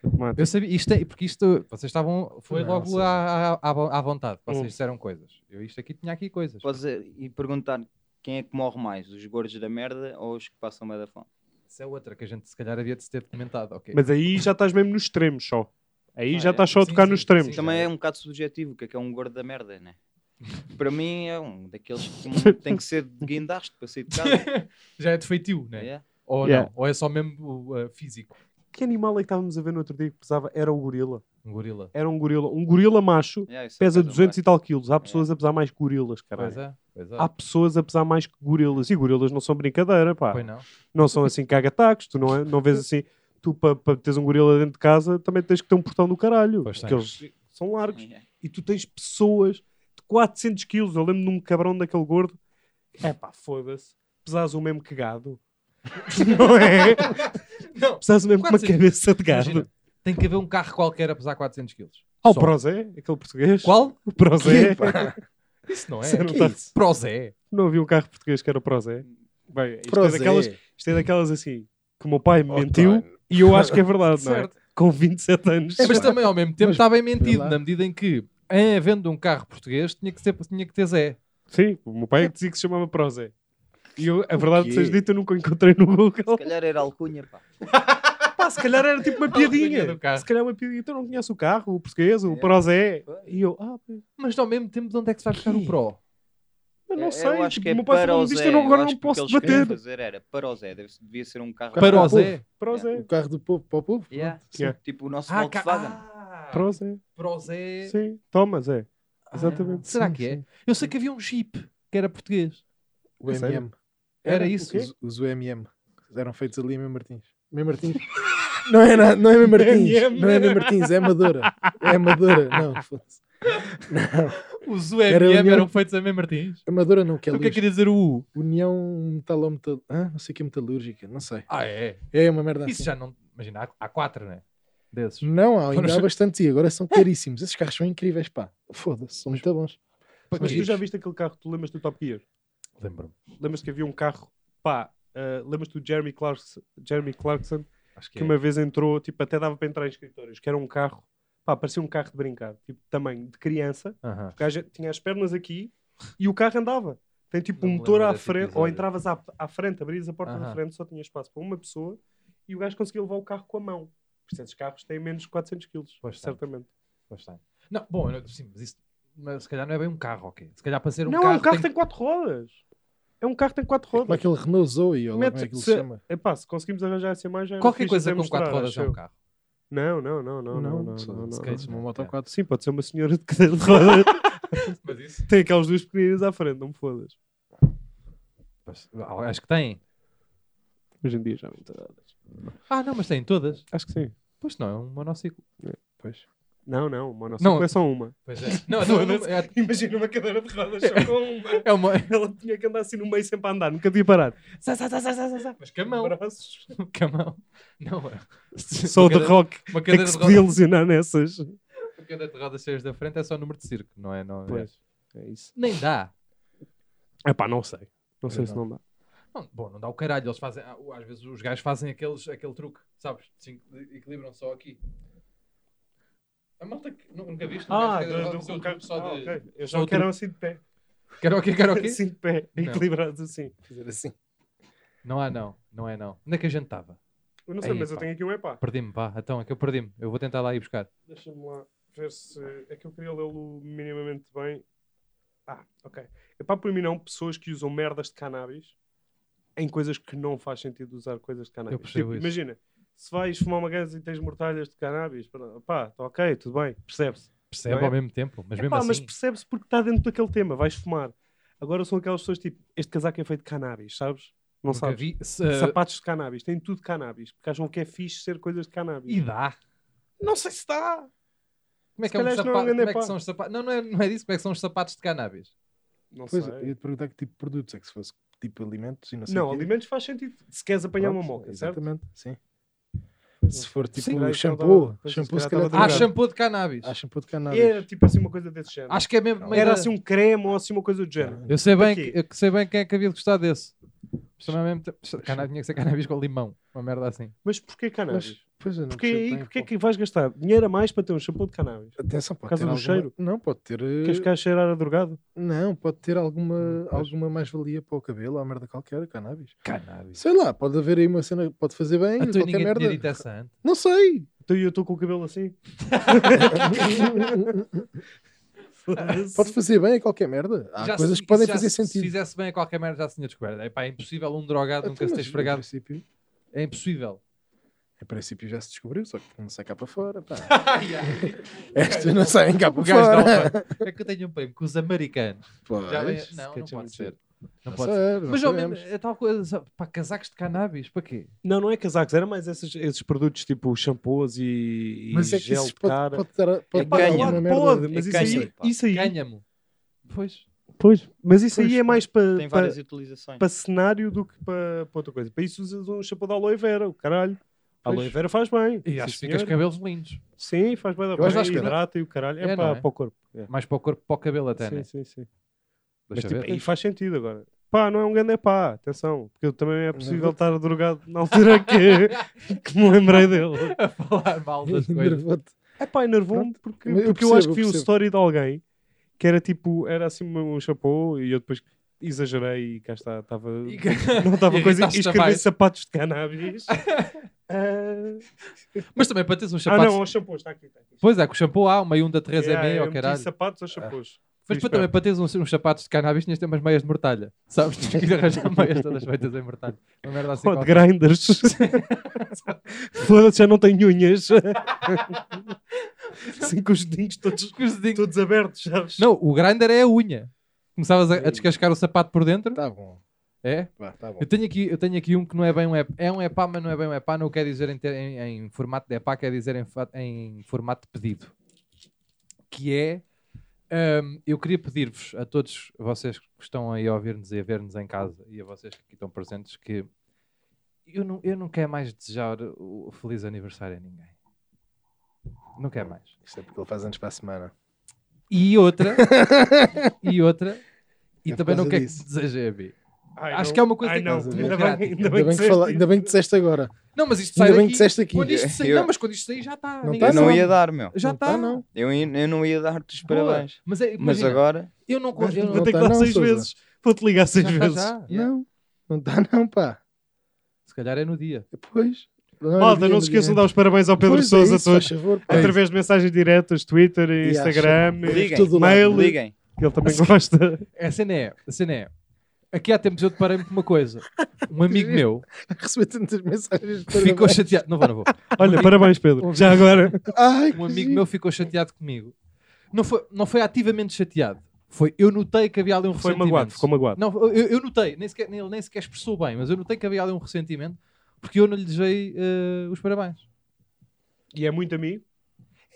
Speaker 2: Matemática.
Speaker 3: Eu sabia, isto é, porque isto, vocês estavam, foi
Speaker 2: Não,
Speaker 3: logo
Speaker 2: seja-
Speaker 3: à, à- à vo- à vontade, vocês
Speaker 2: Hum.
Speaker 3: disseram coisas. Eu isto aqui tinha aqui coisas.
Speaker 4: Podes eh, ir perguntar quem é que morre mais, os gordos da merda ou os que passam meio da fome?
Speaker 3: Isso é outra que a gente se calhar havia de se ter documentado, ok.
Speaker 2: Mas aí já estás mesmo nos extremos só. Aí
Speaker 4: Ah,
Speaker 2: já
Speaker 4: é.
Speaker 2: estás só a
Speaker 3: Sim,
Speaker 2: tocar
Speaker 3: sim,
Speaker 2: nos
Speaker 3: sim.
Speaker 2: extremos.
Speaker 4: Também é um bocado subjetivo, o que é que é um gordo da merda, né? Para mim é um daqueles que tem que ser de guindaste para sair de casa.
Speaker 3: Já é de feitio, né?
Speaker 4: yeah.
Speaker 3: Ou
Speaker 2: Yeah.
Speaker 3: não, ou é só mesmo uh, físico.
Speaker 2: Que animal é que estávamos a ver no outro dia que pesava? Era o gorila.
Speaker 3: Um gorila.
Speaker 2: Era um gorila. Um gorila macho
Speaker 4: Yeah, isso é
Speaker 2: pesa
Speaker 4: coisa
Speaker 2: 200 e tal quilos. Há pessoas a pesar mais gorilas,
Speaker 3: É. Pois
Speaker 2: caralho. Ah,
Speaker 3: é, pois é.
Speaker 2: Há pessoas a pesar mais que gorilas. E gorilas não são brincadeira, pá.
Speaker 3: Pois não.
Speaker 2: não são assim caga-tacos, tu não, é- não vês assim, tu para teres um gorila dentro de casa também tens que ter um portão do caralho,
Speaker 3: Pois
Speaker 2: porque
Speaker 3: tens.
Speaker 2: eles são largos,
Speaker 4: Yeah.
Speaker 2: e tu tens pessoas de 400 quilos, eu lembro de um cabrão daquele gordo, é pá, foda-se, pesas o mesmo que gado, não é?
Speaker 3: Não,
Speaker 2: Pesas o mesmo que uma
Speaker 3: 400.
Speaker 2: cabeça de
Speaker 3: Imagina,
Speaker 2: gado.
Speaker 3: tem que haver um carro qualquer a pesar 400 quilos.
Speaker 2: Ah, o
Speaker 3: Só.
Speaker 2: Prozé, aquele português.
Speaker 3: Qual?
Speaker 2: O Prozé.
Speaker 3: Isso não é.
Speaker 2: é, Isso não
Speaker 3: Que
Speaker 2: tá-
Speaker 3: isso? Prozé.
Speaker 2: Não havia um carro português que era o Prozé. Bem, isto é,
Speaker 1: Prozé.
Speaker 2: daquelas, isto é daquelas assim, que o meu pai me
Speaker 1: Oh,
Speaker 2: mentiu,
Speaker 1: Tony.
Speaker 2: e eu acho que é verdade, não é?
Speaker 3: Certo.
Speaker 2: com 27 anos.
Speaker 3: É, mas também ao mesmo tempo
Speaker 1: Mas,
Speaker 3: está bem mentido,
Speaker 1: lá.
Speaker 3: na medida em que, em havendo um carro português, tinha que, ser, tinha que ter Zé.
Speaker 2: Sim, o meu pai é que dizia que se chamava Prozé. E eu, a verdade
Speaker 1: quê?
Speaker 2: seja dita, eu nunca encontrei no Google.
Speaker 4: Se calhar era alcunha, pá.
Speaker 2: Pá, se calhar era tipo uma
Speaker 3: Alcunha
Speaker 2: piadinha.
Speaker 3: do carro.
Speaker 2: Se calhar uma piadinha. Então não conhece o carro, o português, o
Speaker 4: É.
Speaker 2: Prozé.
Speaker 4: Pois.
Speaker 2: E eu, ah, pá,
Speaker 3: Mas ao mesmo tempo, de onde é que se vai buscar o Pro?
Speaker 2: eu não
Speaker 4: Eu-
Speaker 2: sei.
Speaker 4: Eu acho
Speaker 2: tipo,
Speaker 4: que é
Speaker 2: o meu pai
Speaker 4: para o
Speaker 2: falou disto,
Speaker 4: Zé.
Speaker 2: eu não, agora
Speaker 4: acho
Speaker 2: não
Speaker 4: que o que
Speaker 2: posso
Speaker 4: eles queriam
Speaker 2: debater.
Speaker 4: fazer era para o Zé. Deve- Devia ser um carro
Speaker 2: é
Speaker 3: Para o
Speaker 1: Carro
Speaker 3: Zé.
Speaker 2: Prozé.
Speaker 1: O carro do povo, para o povo.
Speaker 4: Yeah.
Speaker 2: Yeah.
Speaker 4: Tipo o nosso
Speaker 3: Ah, ca-
Speaker 4: Volkswagen.
Speaker 3: ah,
Speaker 2: Prozé.
Speaker 3: Prozé.
Speaker 2: Sim. Toma, Zé.
Speaker 3: Ah,
Speaker 2: Exatamente.
Speaker 3: será
Speaker 2: Sim,
Speaker 3: que é?
Speaker 2: sim.
Speaker 3: Eu sei que havia um Jeep que era português.
Speaker 1: O
Speaker 2: É sério?
Speaker 1: MM.
Speaker 3: Era
Speaker 2: o
Speaker 3: isso.
Speaker 2: quê?
Speaker 1: Os, os UMM. Eram feitos ali em Mem Martins. Mem Martins. Não é, na, não é Mem Martins.
Speaker 2: MM.
Speaker 1: Não é Mem Martins, é Amadora. É Amadora. Não, foda-se.
Speaker 3: Os
Speaker 1: Era
Speaker 3: UMM
Speaker 1: União-
Speaker 3: eram feitos a Mem Martins.
Speaker 1: Amadora não, que é
Speaker 3: o que é que
Speaker 1: Lisboa.
Speaker 3: queria dizer o U?
Speaker 1: União Metalometal... Hã? Não sei o que é metalúrgica, não sei.
Speaker 3: Ah, é.
Speaker 1: É uma merda
Speaker 3: Isso
Speaker 1: assim.
Speaker 3: já não. Imagina, há- há quatro, né? Desses.
Speaker 1: Não, há- ainda
Speaker 3: Foram-
Speaker 1: há bastante e agora são caríssimos. Esses carros são incríveis, pá. Foda-se, são muito bons. É
Speaker 2: Ah, Mas tu já viste aquele carro, tu lembras do Top Gear?
Speaker 3: Lembro-me.
Speaker 2: Lembras que havia um carro, pá, ah, lembras do Jeremy Clarkson, Jeremy Clarkson
Speaker 3: Acho que
Speaker 2: que
Speaker 3: é.
Speaker 2: uma vez entrou, tipo, até dava para entrar em escritórios, que era um carro, pá, parecia um carro de brincar, tipo, tamanho de criança,
Speaker 3: Aham.
Speaker 2: o gajo tinha as pernas aqui e o carro andava. Tem tipo
Speaker 3: Não
Speaker 2: um
Speaker 3: me
Speaker 2: motor
Speaker 3: lembro
Speaker 2: à
Speaker 3: desse
Speaker 2: frente, ou
Speaker 3: episódio.
Speaker 2: entravas à, à frente, abrias a porta da
Speaker 3: Aham.
Speaker 2: frente, só tinha espaço para uma pessoa e o gajo conseguia levar o carro com a mão. Por isso esses carros têm menos de 400 quilos,
Speaker 3: Pois tem.
Speaker 2: certamente.
Speaker 3: Pois tem. Não, bom, eu não- sim, mas isso. Mas se calhar não é bem um carro, ok? Se calhar para ser um
Speaker 2: não,
Speaker 3: carro.
Speaker 2: é um carro que tem 4 rodas. É um carro que tem 4
Speaker 1: Como
Speaker 2: rodas.
Speaker 1: aquele Renault Zoe, ou lá como é que ele se
Speaker 2: Mete-se-
Speaker 1: chama?
Speaker 2: Epá, se conseguimos arranjar assim essa imagem, era
Speaker 3: Qualquer
Speaker 2: fixe
Speaker 3: coisa
Speaker 2: até
Speaker 3: com quatro
Speaker 2: mostrar,
Speaker 3: rodas
Speaker 2: acho
Speaker 3: é um
Speaker 2: eu.
Speaker 3: carro.
Speaker 2: Não, não, não, não, não, não,
Speaker 1: só-
Speaker 2: não,
Speaker 1: se
Speaker 2: não,
Speaker 1: calhar
Speaker 2: não.
Speaker 1: uma moto
Speaker 3: Yeah.
Speaker 1: 4.
Speaker 2: Sim, pode ser uma senhora de cadeira de rodas.
Speaker 3: Mas isso.
Speaker 2: Tem aquelas duas pequeninas à frente, não me fodas.
Speaker 3: ah, acho que tem.
Speaker 2: Hoje em dia já é não tem rodas.
Speaker 3: Ah, não, mas tem todas.
Speaker 2: Acho que sim.
Speaker 3: Pois não, é um monociclo.
Speaker 2: Pois. Não, não, uma nossa
Speaker 3: Não.
Speaker 2: não. é só uma.
Speaker 3: Pois é. Não, não, não,
Speaker 2: Foda-se.
Speaker 3: é,
Speaker 2: Imagina uma cadeira de rodas só com uma.
Speaker 3: é uma.
Speaker 2: Ela tinha que andar assim no meio sempre a andar, nunca devia parar.
Speaker 3: Mas é camão.
Speaker 2: Braços.
Speaker 3: Camão. Não, é.
Speaker 2: Só
Speaker 3: Uma
Speaker 2: de
Speaker 3: cadeira-
Speaker 2: rock.
Speaker 3: Uma
Speaker 2: É que
Speaker 3: cadeira de
Speaker 2: se podia
Speaker 3: rodas.
Speaker 2: lesionar nessas.
Speaker 3: Uma cadeira de rodas cheias da frente é só número de circo, não é? Não, é-
Speaker 2: Pois. É isso.
Speaker 3: Nem dá.
Speaker 2: É pá, não sei. Não sei
Speaker 1: Eu
Speaker 2: se
Speaker 1: não.
Speaker 2: não dá.
Speaker 3: Não, bom, não dá o caralho. Eles fazem, ah, às vezes os gajos fazem aqueles, aquele truque, sabes? Se equil- equilibram só aqui. A malta que nu- nunca viste?
Speaker 2: Ah,
Speaker 3: Um gajo que- só o truque só de-
Speaker 2: Eu
Speaker 3: só
Speaker 2: já
Speaker 3: o
Speaker 2: quero
Speaker 3: truque.
Speaker 2: assim de pé.
Speaker 3: Quero o quê? Quero o quê?
Speaker 2: Assim de pé,
Speaker 3: Não.
Speaker 2: equilibrados assim.
Speaker 1: Fazer assim.
Speaker 3: Não há, não. Não é, não. Onde é que a gente estava?
Speaker 2: Eu não sei,
Speaker 3: Aí,
Speaker 2: mas eu
Speaker 3: pá.
Speaker 2: tenho aqui um epá.
Speaker 3: Perdi-me, vá. Então, é que eu perdi-me. Eu vou tentar lá ir buscar.
Speaker 2: Deixa-me lá ver se. É que eu queria lê-lo minimamente bem. Ah, ok. É para por mim não, pessoas que usam merdas de cannabis em coisas que não faz sentido usar coisas de cannabis. Tipo,
Speaker 3: Eu percebo isso.
Speaker 2: Imagina, se vais fumar uma ganza e tens mortalhas de cannabis, pá, pá, tá ok, tudo bem, percebe-se.
Speaker 3: Percebe
Speaker 2: Não é?
Speaker 3: ao mesmo tempo, mas mesmo
Speaker 2: Epá,
Speaker 3: assim.
Speaker 2: mas percebe-se tá porque está dentro daquele tema, vais fumar. Agora são aquelas pessoas tipo, este casaco é feito de cannabis, sabes? Não
Speaker 3: Nunca
Speaker 2: sabes.
Speaker 3: vi. eh, Se-
Speaker 2: Sapatos de cannabis, tem tudo de cannabis, porque acham que é fixe ser coisas de cannabis.
Speaker 3: E dá.
Speaker 2: Não sei se está.
Speaker 3: Como é
Speaker 2: Se
Speaker 3: que, é um
Speaker 2: calhar isto não é um
Speaker 3: sapato-
Speaker 2: grande
Speaker 3: como é que
Speaker 2: pá.
Speaker 3: são os sapatos? Não, não é, não é disso. Como é que são os sapatos de cannabis?
Speaker 2: Não
Speaker 1: Pois,
Speaker 2: sei.
Speaker 1: eu ia te perguntar que tipo de produtos é que se fosse tipo alimentos e não sei
Speaker 2: Não,
Speaker 1: o quê.
Speaker 2: alimentos faz sentido. Se queres apanhar uma
Speaker 1: Pronto,
Speaker 2: moca, certo?
Speaker 1: Exatamente, sim.
Speaker 2: Pois não.
Speaker 1: Se for tipo
Speaker 2: Sim. Calhar isso
Speaker 1: shampoo,
Speaker 2: estava- pois
Speaker 1: shampoo
Speaker 2: isso
Speaker 1: se calhar
Speaker 2: calhar estava
Speaker 3: Há
Speaker 2: drogado.
Speaker 1: também.
Speaker 3: shampoo de cannabis.
Speaker 1: Há shampoo de cannabis.
Speaker 3: É,
Speaker 2: Era tipo assim uma coisa desse género.
Speaker 3: Acho que é mesmo. meio
Speaker 2: Era
Speaker 3: da-
Speaker 2: assim um creme ou assim uma coisa do género.
Speaker 3: Eu sei bem,
Speaker 2: Aqui.
Speaker 3: que, eu que sei bem quem é que havia de gostar desse. Mas Também ao mesmo tempo, cannabis, tinha que ser cannabis com limão. Uma merda assim.
Speaker 2: Mas porquê cannabis?
Speaker 1: Mas, pois eu não
Speaker 2: Porque
Speaker 1: percebo
Speaker 2: aí,
Speaker 1: bem,
Speaker 2: porque é
Speaker 1: pô.
Speaker 2: que vais gastar dinheiro a mais para ter um shampoo de cannabis?
Speaker 1: Atenção, pode
Speaker 2: causa
Speaker 1: ter
Speaker 2: do
Speaker 1: alguma-
Speaker 2: cheiro?
Speaker 1: Não, pode ter... eh,
Speaker 2: Queres ficar a cheirar a drogado?
Speaker 1: Não, pode ter alguma,
Speaker 3: Hum,
Speaker 2: pois.
Speaker 1: alguma mais-valia para o cabelo ou merda qualquer, cannabis.
Speaker 3: Cannabis.
Speaker 1: Sei lá, pode haver aí uma cena que pode fazer bem,
Speaker 3: A tua
Speaker 1: qualquer
Speaker 3: Ah, ninguém merda. tinha
Speaker 1: merda.
Speaker 3: dito essa antes.
Speaker 1: Não sei.
Speaker 2: Então eu estou com o cabelo assim?
Speaker 1: pode fazer bem a qualquer merda. Há
Speaker 3: Já se-
Speaker 1: coisas que
Speaker 3: isso
Speaker 1: podem
Speaker 3: já
Speaker 1: fazer
Speaker 3: se-
Speaker 1: sentido.
Speaker 3: Se fizesse bem a qualquer merda, já se tinha descoberto. É pá, é impossível um drogado
Speaker 1: Então,
Speaker 3: nunca se ter
Speaker 1: mas,
Speaker 3: esfregado.
Speaker 1: Em princípio,
Speaker 3: É impossível.
Speaker 1: em princípio já se descobriu, só que não sai cá para fora. Pá. Estas não saem cá
Speaker 3: O
Speaker 1: para
Speaker 3: gajo
Speaker 1: fora.
Speaker 3: da Alfa. É que eu tenho um primo com os americanos.
Speaker 1: Pois,
Speaker 3: Já vem-
Speaker 1: quer
Speaker 3: Não, não
Speaker 1: dizer,
Speaker 3: pode ser. Não
Speaker 1: não
Speaker 3: pode ser.
Speaker 1: sabe, não
Speaker 3: Mas ao menos
Speaker 1: sabemos.
Speaker 3: é tal coisa. sabe, Pá, casacos de cannabis, para quê?
Speaker 2: Não, não é casacos, era mais esses, esses produtos tipo shampoos e, e
Speaker 1: Mas é que
Speaker 2: gel
Speaker 1: isso
Speaker 2: de cara.
Speaker 1: pode, pode dar a- pode
Speaker 4: É
Speaker 1: dar
Speaker 4: canha.
Speaker 1: alguma
Speaker 2: Claro que
Speaker 1: merda.
Speaker 2: pode, mas isso
Speaker 4: É cânhamo,
Speaker 2: aí,
Speaker 4: pá.
Speaker 2: isso aí,
Speaker 3: Ganha-me. Pois.
Speaker 2: pois, mas isso
Speaker 1: Pois,
Speaker 2: aí é mais para
Speaker 4: Tem várias utilizações.
Speaker 2: para cenário do que para, para outra coisa. Para isso usas um chapéu de aloe vera, o caralho. A aloe
Speaker 3: Pois.
Speaker 2: vera faz bem.
Speaker 3: E
Speaker 2: sim,
Speaker 3: acho que fica os
Speaker 2: senhora.
Speaker 3: cabelos lindos.
Speaker 2: Sim, faz bem da
Speaker 1: Eu acho
Speaker 2: bem,
Speaker 1: que não.
Speaker 2: hidrata e o caralho. É,
Speaker 3: É,
Speaker 2: para,
Speaker 3: não é?
Speaker 2: para o corpo. É.
Speaker 3: Mais para o corpo, para o cabelo até, né?
Speaker 2: Sim, sim, sim. Mas
Speaker 3: Deixa
Speaker 2: tipo,
Speaker 3: ver.
Speaker 2: aí faz sentido agora. Pá, não é um grande é pá, atenção, porque eu também é possível estar drogado na altura que, que me lembrei dele.
Speaker 3: a falar mal das coisas.
Speaker 1: Enervou-te.
Speaker 2: É pá, enervou-me porque,
Speaker 1: Eu
Speaker 2: porque eu,
Speaker 1: percebo,
Speaker 2: acho que
Speaker 1: eu
Speaker 2: vi um
Speaker 1: percebo.
Speaker 2: story de alguém que era tipo, era assim um chapéu e eu depois exagerei e cá está, estava Não estava
Speaker 3: E
Speaker 2: coisa
Speaker 3: irritaste-te
Speaker 2: e escrevi
Speaker 3: mais.
Speaker 2: sapatos de cannabis. Ah,
Speaker 3: Mas também para teres um
Speaker 2: ah,
Speaker 3: chapéu.
Speaker 2: não, aos chapôs, está aqui. Está aqui.
Speaker 3: Pois é, com o shampoo há uma e um da 3
Speaker 2: Yeah,
Speaker 3: é meio,
Speaker 2: eu
Speaker 3: ao
Speaker 2: meti
Speaker 3: caralho. Ah.
Speaker 2: sapatos aos chapôs.
Speaker 3: Mas
Speaker 2: Fui
Speaker 3: para também
Speaker 2: esperto.
Speaker 3: para teres uns, uns sapatos de cannabis tinhas de ter umas meias de mortalha. Sabes? Tinhas que ir arranjar meias todas feitas em mortalha. Uma merda assim.
Speaker 2: Pô, de
Speaker 3: qualquer.
Speaker 2: grinders. Foda-se, já não tenho unhas. assim com os dedinhos todos,
Speaker 3: Com os dedinhos.
Speaker 2: todos abertos, sabes?
Speaker 3: Não, o grinder é a unha. Começavas a, a descascar o sapato por dentro.
Speaker 1: Tá bom.
Speaker 3: É?
Speaker 1: Vá, tá bom.
Speaker 3: Eu tenho, aqui, eu tenho aqui um que não é bem um epá. É um epá, mas não é bem um epá. Não quer dizer em, ter- em- em formato de epá, quer dizer em, fa- em formato de pedido. Que é... hum, eu queria pedir-vos, a todos vocês que estão aí a ouvir-nos e a ver-nos em casa, e a vocês que aqui estão presentes, que eu não, eu não quero mais desejar o o feliz aniversário a ninguém. Não quero mais.
Speaker 1: Isto é porque ele faz antes para a semana.
Speaker 3: E outra... e outra... E
Speaker 1: É por
Speaker 3: também não
Speaker 1: causa
Speaker 3: quero
Speaker 1: disso.
Speaker 3: que deseje a mim.
Speaker 2: Ai,
Speaker 3: acho
Speaker 2: não.
Speaker 3: que é uma coisa
Speaker 2: Ai,
Speaker 3: que-
Speaker 2: não.
Speaker 1: Estás a ver?
Speaker 2: Ainda bem, ainda
Speaker 1: Ainda
Speaker 2: bem
Speaker 1: bem, que fala- ainda bem que disseste agora.
Speaker 3: Não, mas isto sai
Speaker 1: Ainda bem que
Speaker 3: daqui.
Speaker 1: disseste aqui.
Speaker 3: Quando isto sair,
Speaker 4: Eu-
Speaker 3: não, mas quando isto sair já está.
Speaker 1: Não
Speaker 3: Ninguém
Speaker 1: tá,
Speaker 4: Eu não
Speaker 1: Atenção.
Speaker 3: sabe.
Speaker 4: ia dar, meu.
Speaker 3: Já
Speaker 1: Não
Speaker 3: está.
Speaker 1: tá, não.
Speaker 4: Eu, eu não ia dar-te os
Speaker 3: Boa.
Speaker 4: parabéns.
Speaker 3: Mas, é,
Speaker 4: Mas
Speaker 3: imagina,
Speaker 4: agora,
Speaker 3: Eu não. con- Eu não
Speaker 2: Vou ter que
Speaker 1: tá,
Speaker 2: dar
Speaker 1: não,
Speaker 2: seis
Speaker 1: Sousa.
Speaker 2: vezes. Vou-te ligar seis
Speaker 3: já, tá já,
Speaker 2: vezes.
Speaker 3: já.
Speaker 4: Yeah.
Speaker 1: Não, não dá não, pá.
Speaker 3: Se calhar é no dia.
Speaker 1: Depois. é
Speaker 2: Malta, não se esqueçam de dar os parabéns ao Pedro
Speaker 1: Pois é
Speaker 2: Sousa
Speaker 1: isso,
Speaker 2: todos.
Speaker 1: Faz favor, pá.
Speaker 2: Através de mensagens diretas, Twitter, e
Speaker 1: E
Speaker 2: Instagram,
Speaker 1: acho-
Speaker 2: e-
Speaker 4: Liguem.
Speaker 1: Tudo lá.
Speaker 2: mail.
Speaker 4: liguem.
Speaker 2: que ele também gosta.
Speaker 3: A cena é. A cena é. Aqui há tempos eu deparei-me com uma coisa. Um amigo meu
Speaker 1: Receber tantas mensagens. de
Speaker 3: ficou
Speaker 1: parabéns.
Speaker 3: chateado. Não vou, não vou.
Speaker 2: Olha, parabéns, Pedro. Já agora.
Speaker 1: Ai,
Speaker 3: Um
Speaker 1: que
Speaker 3: amigo
Speaker 1: giro.
Speaker 3: meu ficou chateado comigo. Não foi, não foi ativamente chateado. Foi. Eu notei que havia ali um
Speaker 2: Foi
Speaker 3: ressentimento.
Speaker 2: magoado, ficou magoado.
Speaker 3: Não, eu, eu notei, nem sequer, nem- ele nem sequer expressou bem, mas eu notei que havia ali um ressentimento porque eu não lhe desejei eh, os parabéns.
Speaker 2: E é muito amigo.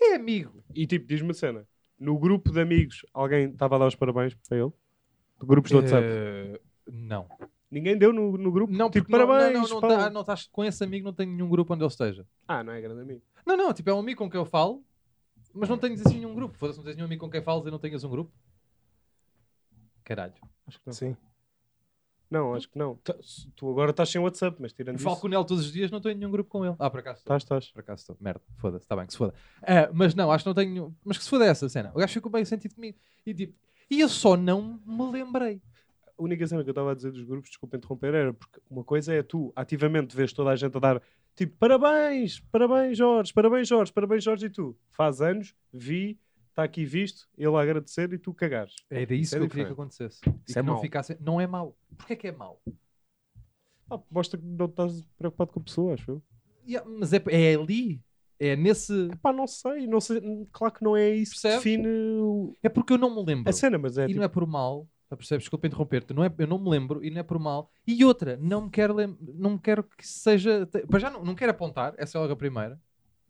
Speaker 3: É amigo.
Speaker 2: E tipo, diz-me a cena. No grupo de amigos, alguém estava a dar os parabéns para ele? De Grupos de WhatsApp.
Speaker 3: Eh, não.
Speaker 2: Ninguém deu no, no grupo?
Speaker 3: Não,
Speaker 2: tipo,
Speaker 3: porque não-
Speaker 2: parabéns.
Speaker 3: não, não, não,
Speaker 2: pá.
Speaker 3: tá- não estás com esse amigo, não tenho nenhum grupo onde ele esteja.
Speaker 2: Ah, não é grande amigo.
Speaker 3: Não, não, tipo, é um amigo com quem eu falo, mas não tens assim nenhum grupo. Foda-se, não tens nenhum amigo com quem falas e não tenhas um grupo. Caralho.
Speaker 2: Acho que não.
Speaker 1: Sim.
Speaker 2: Não, acho que não. Tá- se- Tu agora estás sem WhatsApp, mas tirando
Speaker 3: Falo
Speaker 2: isso...
Speaker 3: com ele todos os dias, não tenho nenhum grupo com ele. Ah, por acaso estou.
Speaker 2: Estás, estás.
Speaker 3: Por acaso estou. Merda, foda-se, está bem, que se foda. Ah, mas não, acho que não tenho. nenhum- Mas que se foda é essa cena. O gajo ficou bem sentido comigo. E tipo, e eu só não me lembrei.
Speaker 2: A única cena que eu estava a dizer dos grupos, desculpa interromper, era porque uma coisa é tu ativamente vês toda a gente a dar tipo parabéns, parabéns Jorge, parabéns Jorge, parabéns Jorge e tu faz anos, vi, está aqui visto, ele a agradecer e tu cagares.
Speaker 3: Era isso
Speaker 2: é
Speaker 3: que eu queria
Speaker 2: diferente.
Speaker 3: que acontecesse. E
Speaker 2: Isso
Speaker 3: que
Speaker 2: é
Speaker 3: não
Speaker 2: mau.
Speaker 3: ficasse. Não é mau. Porquê que é mau?
Speaker 2: Ah, mostra que não estás preocupado com a pessoa, acho eu.
Speaker 3: E é- mas é, é ali. É nesse.
Speaker 2: Epá, não sei, não sei, claro que não é isso
Speaker 3: Percebe?
Speaker 2: que define o-
Speaker 3: É porque eu não me lembro.
Speaker 2: a cena, mas é
Speaker 3: E
Speaker 2: tipo,
Speaker 3: não é por mal. Ah, Percebes? Desculpa interromper-te. Não é, eu não me lembro e não é por mal. E outra, não me quero, lem- não me quero que seja. te- Para já não, não quero apontar, essa é logo a primeira.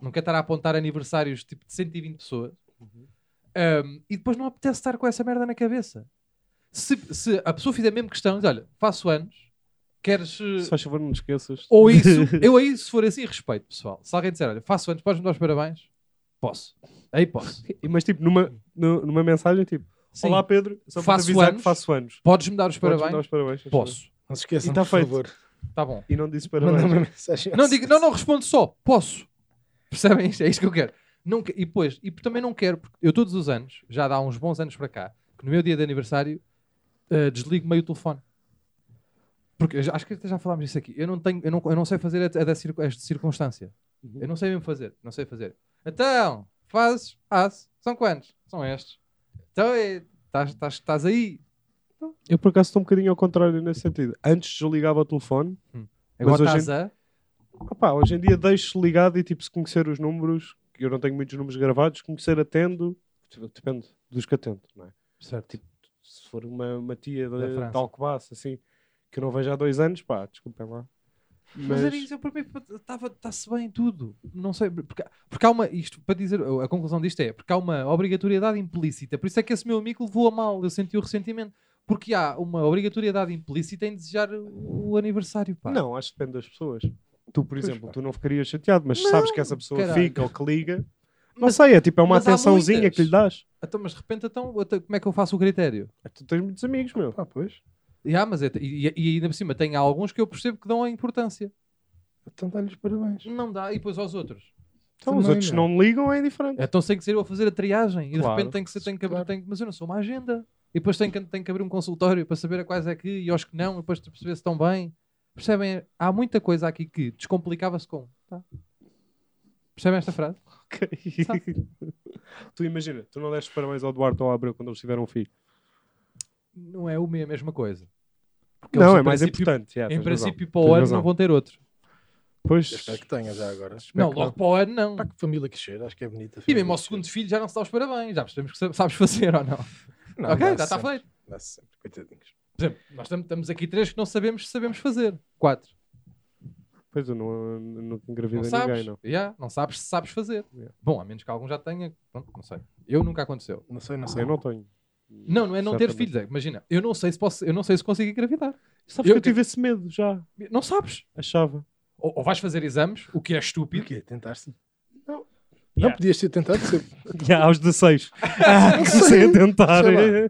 Speaker 3: Não quero estar a apontar aniversários tipo de 120 pessoas.
Speaker 2: Uhum.
Speaker 3: Ahm, e depois não apetece estar com essa merda na cabeça. Se, se a pessoa fizer mesmo questão, diz, olha, faço anos, queres. eh,
Speaker 2: Se faz favor, não te esqueças.
Speaker 3: Ou isso, eu aí, se for assim, respeito, pessoal. Se alguém disser, olha, faço anos, podes-me dar os parabéns? Posso. Aí posso.
Speaker 2: Mas tipo, numa, nu- numa mensagem tipo:
Speaker 3: Sim.
Speaker 2: Olá Pedro, só para te
Speaker 3: Faço
Speaker 2: avisar
Speaker 3: anos.
Speaker 2: que faço anos.
Speaker 3: Podes-me dar os
Speaker 2: Podes-me
Speaker 3: parabéns?
Speaker 2: dar os parabéns. faz favor.
Speaker 3: Posso.
Speaker 1: Não se esqueçam,
Speaker 2: E tá
Speaker 1: por
Speaker 2: feito.
Speaker 1: favor.
Speaker 3: Tá bom.
Speaker 2: E não disse
Speaker 1: Manda uma
Speaker 2: parabéns.
Speaker 1: mensagem.
Speaker 3: Não, digo, não, não respondo só. Posso. Percebem isto? É isto que eu quero. Não, que- e depois, e também não quero, porque eu todos os anos, já dá uns bons anos para cá, que no meu dia de aniversário eh, desligo meio o telefone. Porque eu já- acho que até já falámos disso aqui. Eu não, tenho, eu não, eu não sei fazer a, a da circu- a de circunstância.
Speaker 2: Uhum.
Speaker 3: Eu não sei mesmo fazer. Não sei fazer. Então, fazes, as, são quantos? São estes. Então, é, estás- estás estás aí.
Speaker 2: Eu por acaso estou um bocadinho ao contrário nesse sentido. Antes desligava o telefone.
Speaker 3: Agora
Speaker 2: hoje
Speaker 3: estás a.
Speaker 2: Opá, hoje em dia deixo ligado e tipo, se conhecer os números, que eu não tenho muitos números gravados, conhecer atendo, tipo, depende dos que atendo, não é?
Speaker 3: Certo.
Speaker 2: se for uma, uma tia
Speaker 3: Da
Speaker 2: de,
Speaker 3: França.
Speaker 2: de Alcobaça, assim, que eu não vejo há dois anos, pá, desculpem lá.
Speaker 3: Mas, era isso, eu para mim está-se bem tudo. Não sei, porque, porque há uma, isto para dizer, a conclusão disto é, porque há uma obrigatoriedade implícita, por isso é que esse meu amigo levou a mal, eu senti o ressentimento, porque há uma obrigatoriedade implícita em desejar o, o aniversário, pá.
Speaker 2: Não, acho que depende das pessoas. Tu, por exemplo,
Speaker 3: pá.
Speaker 2: tu não ficarias chateado, mas sabes que essa pessoa
Speaker 3: caralho.
Speaker 2: fica ou que liga. Não
Speaker 3: Mas-
Speaker 2: sei, é tipo, é uma
Speaker 3: mas há
Speaker 2: atençãozinha que lhe dás.
Speaker 3: Então, mas de repente, então, até como é que eu faço o critério?
Speaker 2: É, Tu tens muitos amigos, meu.
Speaker 1: Ah, pois.
Speaker 3: E há, mas é- e, e ainda por cima, tem alguns que eu percebo que dão a importância.
Speaker 1: Então dá-lhe os parabéns.
Speaker 3: Não dá, e depois aos outros.
Speaker 2: Então, os
Speaker 1: Também,
Speaker 2: outros
Speaker 1: meu.
Speaker 2: não ligam, é indiferente.
Speaker 3: Então tem que ser eu a fazer a triagem e
Speaker 2: Claro.
Speaker 3: de repente tem que ser, tem que abrir,
Speaker 1: Claro.
Speaker 3: tem que- mas eu não sou uma agenda. E depois tem que, tem que abrir um consultório para saber a quais é que e aos que não, e depois perceber se estão bem. Percebem? Há muita coisa aqui que descomplicava-se com. tá? Percebem esta frase?
Speaker 2: Ok. tu imagina, tu não deste parabéns ao Duarte ou ao Abreu quando eles tiveram um filho.
Speaker 3: Não é uma e a mesma coisa. Porque eles,
Speaker 2: Não,
Speaker 3: em
Speaker 2: é mais
Speaker 3: princípio-
Speaker 2: importante. yeah,
Speaker 3: Em
Speaker 2: tens razão.
Speaker 3: princípio, para o
Speaker 2: Tens
Speaker 3: ano
Speaker 2: razão.
Speaker 3: não vão ter outro.
Speaker 1: Eu
Speaker 2: Pois,
Speaker 1: espero que tenha já agora.
Speaker 3: Não,
Speaker 2: que
Speaker 3: logo para o ano não.
Speaker 2: Tá
Speaker 1: Pá, que família que cheira, acho que é bonita.
Speaker 3: E
Speaker 1: família
Speaker 3: mesmo ao
Speaker 1: que
Speaker 3: segundo filho já não se dá os parabéns. Já percebemos que sa- sabes fazer ou não.
Speaker 1: cheira. Não,
Speaker 3: ok,
Speaker 1: dá-se
Speaker 3: já está
Speaker 1: sempre,
Speaker 3: feito.
Speaker 1: Dá-se sempre, coitadinhos.
Speaker 3: Por exemplo, nós tam- estamos aqui três que não sabemos se sabemos fazer. Quatro.
Speaker 2: pois eu não, não
Speaker 3: não
Speaker 2: engravidei
Speaker 3: sabes,
Speaker 2: ninguém, não.
Speaker 3: Yeah, não sabes se sabes fazer.
Speaker 2: Yeah.
Speaker 3: Bom, a menos que algum já tenha. Pronto, não sei. Eu nunca aconteceu.
Speaker 1: Não sei, não sei.
Speaker 2: Eu não tenho.
Speaker 3: Não, não é não ter
Speaker 2: Certamente.
Speaker 3: filhos. é, Imagina, eu não sei se posso, eu não sei se consigo engravidar.
Speaker 2: Sabes
Speaker 3: Eu
Speaker 2: que eu
Speaker 3: que-
Speaker 2: tive esse medo já,
Speaker 3: Não sabes.
Speaker 2: achava.
Speaker 3: Ou, ou vais fazer exames, o que é estúpido.
Speaker 1: Porquê? Tentaste?
Speaker 2: Não.
Speaker 1: Não
Speaker 2: Yeah.
Speaker 1: podias ter tentado tipo, ser.
Speaker 2: Já aos 16. Ah, comecei a tentar. é.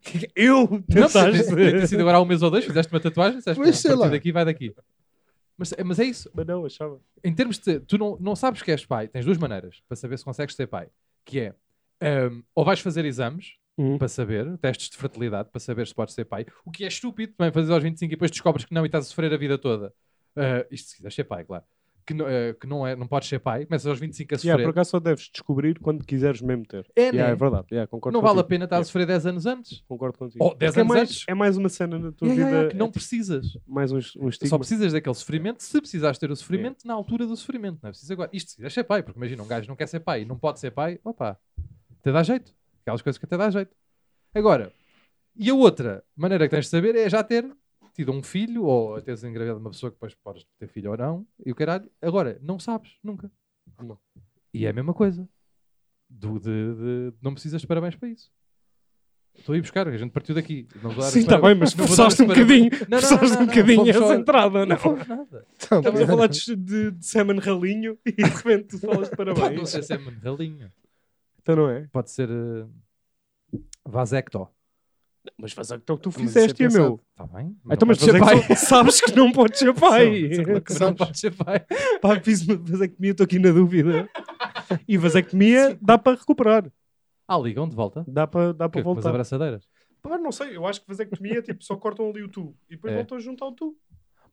Speaker 1: Sei
Speaker 2: Eu
Speaker 3: Não, podia
Speaker 2: tentaste.
Speaker 3: ter- podia ter sido agora há um mês ou dois, fizeste uma tatuagem, disseste,
Speaker 1: Mas
Speaker 3: "Não,
Speaker 1: sei
Speaker 3: a partir
Speaker 1: lá."
Speaker 3: daqui vai daqui. Mas, mas é isso.
Speaker 2: Mas não, achava.
Speaker 3: Em termos de. Tu não, não sabes que és pai. Tens duas maneiras para saber se consegues ser pai. Que é. ahm, ou vais fazer exames
Speaker 2: Uhum.
Speaker 3: para saber, testes de fertilidade para saber se podes ser pai, o que é estúpido também fazer aos 25 e depois descobres que não e estás a sofrer a vida toda. Ah, isto se quiseres ser pai, claro. Que, não- ah, que não, é, não podes ser pai, começas aos 25 a sofrer.
Speaker 2: Yeah, por acaso só deves descobrir quando quiseres mesmo ter.
Speaker 3: É,
Speaker 2: Yeah,
Speaker 3: né?
Speaker 2: é verdade. Yeah, concordo
Speaker 3: não vale a
Speaker 2: contigo.
Speaker 3: pena estar a
Speaker 2: Yeah,
Speaker 3: sofrer 10 anos antes.
Speaker 2: Concordo contigo.
Speaker 3: Oh, 10
Speaker 2: Porque é
Speaker 3: anos
Speaker 2: mais,
Speaker 3: antes.
Speaker 2: é mais uma cena na tua
Speaker 3: Yeah, yeah,
Speaker 2: vida.
Speaker 3: yeah, que não
Speaker 2: é
Speaker 3: precisas.
Speaker 2: tipo mais um, um
Speaker 3: Só
Speaker 2: estigma.
Speaker 3: precisas daquele sofrimento se precisares ter o sofrimento na altura do sofrimento. Não é preciso agora. Isto se quiseres ser pai, porque imagina, um gajo não quer ser pai e não pode ser pai, opa, até dá jeito. Aquelas coisas que até dá jeito. Agora, e a outra maneira que tens de saber é já ter tido um filho ou teres engravidado uma pessoa que depois podes ter filho ou não e o caralho. Agora, não sabes, nunca.
Speaker 2: Não.
Speaker 3: E é a mesma coisa. Do, de, de- não precisas de parabéns para isso. Estou a ir buscar, a gente partiu daqui. Não vou dar
Speaker 2: Sim,
Speaker 3: os
Speaker 2: está bem, mas
Speaker 3: parabéns. Não vou dar os
Speaker 2: forçaste um
Speaker 3: parabéns.
Speaker 2: bocadinho.
Speaker 3: não,
Speaker 2: Forçaste
Speaker 3: não,
Speaker 2: um
Speaker 3: não,
Speaker 2: bocadinho
Speaker 3: fomos
Speaker 2: essa
Speaker 3: só-
Speaker 2: entrada,
Speaker 3: Não
Speaker 2: não.
Speaker 3: fomos nada.
Speaker 1: Então,
Speaker 2: Estamos a falar de, de, de Salmon Ralinho e de repente tu falas de
Speaker 3: Pode não
Speaker 2: parabéns.
Speaker 3: ser semen ralinho.
Speaker 2: Então não é?
Speaker 3: Pode ser uh, vasecto.
Speaker 2: Mas faz é que tu
Speaker 1: Mas isso é
Speaker 2: fizeste, é meu.
Speaker 3: Está bem?
Speaker 2: Então,
Speaker 3: não
Speaker 2: mas
Speaker 3: pode ser
Speaker 2: vasectomia- sabes que não podes ser pai.
Speaker 3: Mas Não pode ser pai.
Speaker 2: Pá, fiz uma vasectomia, estou aqui na dúvida. E vasectomia dá para recuperar.
Speaker 3: Ah, ligam de volta.
Speaker 2: Dá para, dá para
Speaker 3: Porque, com as
Speaker 2: voltar.
Speaker 3: abraçadeiras.
Speaker 2: Pá, não sei, eu acho que vasectomia tipo, só cortam ali o tubo e depois
Speaker 3: É.
Speaker 2: voltam a juntar o tubo.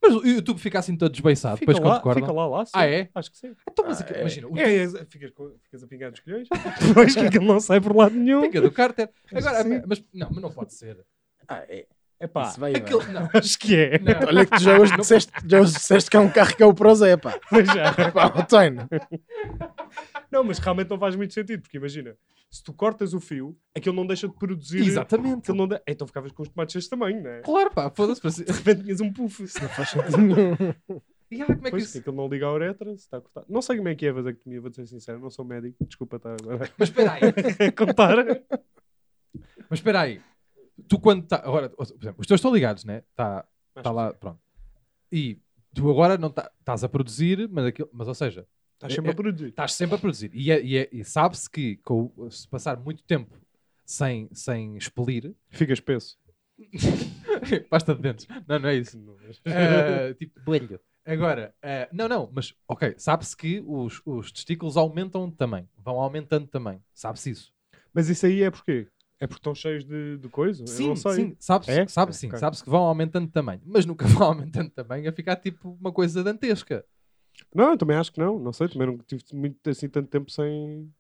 Speaker 3: Mas o YouTube fica assim todo desbeiçado.
Speaker 2: Fica
Speaker 3: depois
Speaker 2: lá,
Speaker 3: quando
Speaker 2: fica
Speaker 3: cortam.
Speaker 2: lá, lá. sim.
Speaker 3: Ah, é?
Speaker 2: Acho que sim.
Speaker 3: Então, mas
Speaker 1: Ah,
Speaker 3: aqui-
Speaker 1: é.
Speaker 3: imagina, o
Speaker 2: É, é, ficas, com- ficas a pingar dos colhões. depois que aquilo não sai por lado nenhum.
Speaker 3: pica do Carter.
Speaker 1: Acho
Speaker 3: Agora,
Speaker 1: que sim.
Speaker 3: mas não, mas não pode ser.
Speaker 1: Ah, é.
Speaker 2: É pá,
Speaker 1: Isso vai, vai.
Speaker 3: Aquilo, não,
Speaker 2: acho que é.
Speaker 3: não.
Speaker 1: Olha que tu já hoje disseste, já hoje disseste que é um carro que é o Prosa, é pá.
Speaker 2: Mas já.
Speaker 1: Pá, António.
Speaker 2: Não, mas realmente não faz muito sentido, porque imagina, se tu cortas o fio, aquilo não deixa de produzir.
Speaker 3: Exatamente.
Speaker 2: Aquilo não de- Então ficavas com os tomates deste tamanho, não é?
Speaker 3: Claro, pá, foda-se para si.
Speaker 2: De repente tinhas um puff.
Speaker 3: E ah, como é que
Speaker 2: Pois,
Speaker 3: isso.
Speaker 2: aquilo não liga a uretra, se está a cortar. Não sei como é que é a vasectomia, vou ser sincero, não sou médico, desculpa estar agora
Speaker 3: Mas espera aí,
Speaker 2: a contar.
Speaker 3: mas espera aí. Tu quando tá, agora, por exemplo, os teus estão ligados, né? Tá, tá lá, pronto. E tu agora não tá, estás a produzir, mas aquilo, mas ou seja,
Speaker 2: Estás sempre a produzir.
Speaker 3: estás sempre a produzir. E, é- e é- e sabe-se que com o- se passar muito tempo sem, sem expelir,
Speaker 2: Fica espesso.
Speaker 3: pasta de dentes. Não, não é isso.
Speaker 2: Não, mas-
Speaker 3: Eh, tipo, bolho. Agora, eh, não, não, mas ok, sabe-se que os, os testículos aumentam de tamanho, vão aumentando de tamanho. Sabe-se isso.
Speaker 2: Mas isso aí é porquê? É porque estão cheios de, de coisa? Eu
Speaker 3: Sim,
Speaker 2: não sei.
Speaker 3: sim, sabe-se,
Speaker 2: É?
Speaker 3: sabe sim,
Speaker 2: Ok.
Speaker 3: sabe-se que vão aumentando de tamanho, mas nunca vão aumentando de tamanho a ficar tipo uma coisa dantesca.
Speaker 2: Não, eu também acho que não. Não sei, também não tive muito, assim, tanto tempo sem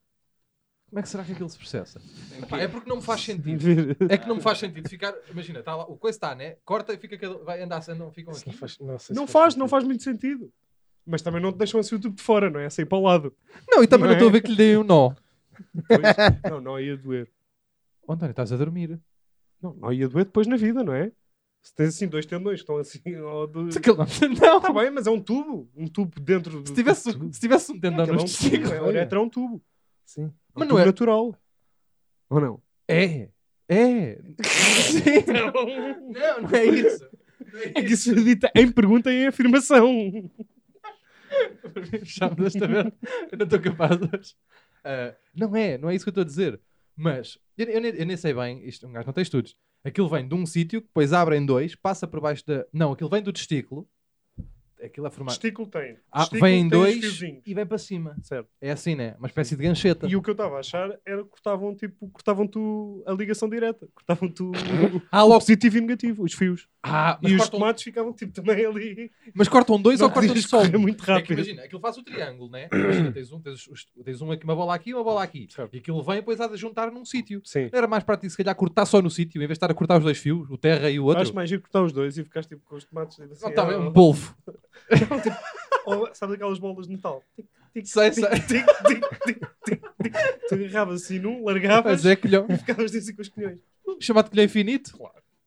Speaker 3: Como é que será que aquilo se processa? Pá, é porque não me faz sentido.
Speaker 2: ver.
Speaker 3: É que não me faz sentido ficar. Imagina, tá lá, o coisa está, né? Corta e fica. cada- Vai andar, não ficam
Speaker 1: Isso
Speaker 3: aqui.
Speaker 1: não faz, não, sei se
Speaker 2: Não faz, não faz muito sentido. Mas também não te deixam assim o tubo de fora, não é? É sair para o lado.
Speaker 3: Não, e também
Speaker 2: Não
Speaker 3: não
Speaker 2: é?
Speaker 3: estou a ver que lhe dei um nó.
Speaker 2: Pois, não, não ia doer.
Speaker 3: Oh, António, estás a dormir.
Speaker 2: Não, não ia doer depois na vida, não é? Se tens assim dois tendões que estão assim. Ao do...
Speaker 3: Se aquilo não.
Speaker 2: Tá bem, mas é um tubo. Um tubo dentro do.
Speaker 3: Se tivesse, se tivesse um
Speaker 2: Aquilo
Speaker 3: tendão
Speaker 2: é um
Speaker 3: nos
Speaker 2: tubo,
Speaker 3: testículos.
Speaker 2: é um uretra, é um tubo.
Speaker 1: Sim.
Speaker 2: É um
Speaker 3: Mas não
Speaker 2: tubo
Speaker 3: é-
Speaker 2: natural. Ou não?
Speaker 3: É. É. Sim. Não, não é isso. Não é
Speaker 2: É que
Speaker 3: isso.
Speaker 2: isso é dito em pergunta e em afirmação.
Speaker 3: Já me deste a ver? Eu não estou capaz hoje. Ah, não é, não é isso que eu estou a dizer. Mas eu, eu nem, eu nem sei bem, isto um gajo não tem estudos. Aquilo vem de um sítio, que depois abre em dois, passa por baixo da. Não, aquilo vem do testículo. Aquilo é formado.
Speaker 2: Testículo tem.
Speaker 3: Ah,
Speaker 2: Testículo
Speaker 3: vem em
Speaker 2: tem os
Speaker 3: dois
Speaker 2: fiozinhos.
Speaker 3: e vem para cima.
Speaker 2: Certo.
Speaker 3: É assim, né? Uma espécie de gancheta.
Speaker 2: E o que eu estava a achar era que cortavam, tipo, cortavam tu a ligação direta. Cortavam tu
Speaker 3: Ah,
Speaker 2: o
Speaker 3: logo.
Speaker 2: positivo e o negativo, os fios.
Speaker 3: Ah, mas,
Speaker 2: e os
Speaker 3: cortam,
Speaker 2: tomates ficavam, tipo, também ali.
Speaker 3: mas cortam dois
Speaker 2: Não
Speaker 3: ou cortam
Speaker 2: podias
Speaker 3: só
Speaker 2: correr
Speaker 3: um?
Speaker 2: muito
Speaker 3: É que
Speaker 2: rápido.
Speaker 3: imagina, aquilo faz o triângulo, né? Imagina, tens, um, tens, os- tens um aqui, uma bola aqui, uma bola aqui.
Speaker 2: Certo.
Speaker 3: E aquilo vem e depois há de juntar num sítio.
Speaker 2: Sim.
Speaker 3: Não era mais prático, se calhar, cortar só no sítio, em vez de estar a cortar os dois fios, o terra e o outro.
Speaker 2: Acho mais giro cortar os dois e ficaste, tipo, com os tomates. tipo, Assim,
Speaker 3: Não, tá bem, um
Speaker 2: ou-
Speaker 3: polvo.
Speaker 2: ou, sabes aquelas bolas de Natal? Tic, tic,
Speaker 3: Sei,
Speaker 2: tic,
Speaker 3: sei.
Speaker 2: tic, tic, tic, tic, tic. Tu agarravas assim num, largavas
Speaker 3: Mas é colhão.
Speaker 2: e ficavas assim com os colhões.
Speaker 3: Chamado colhão infinito.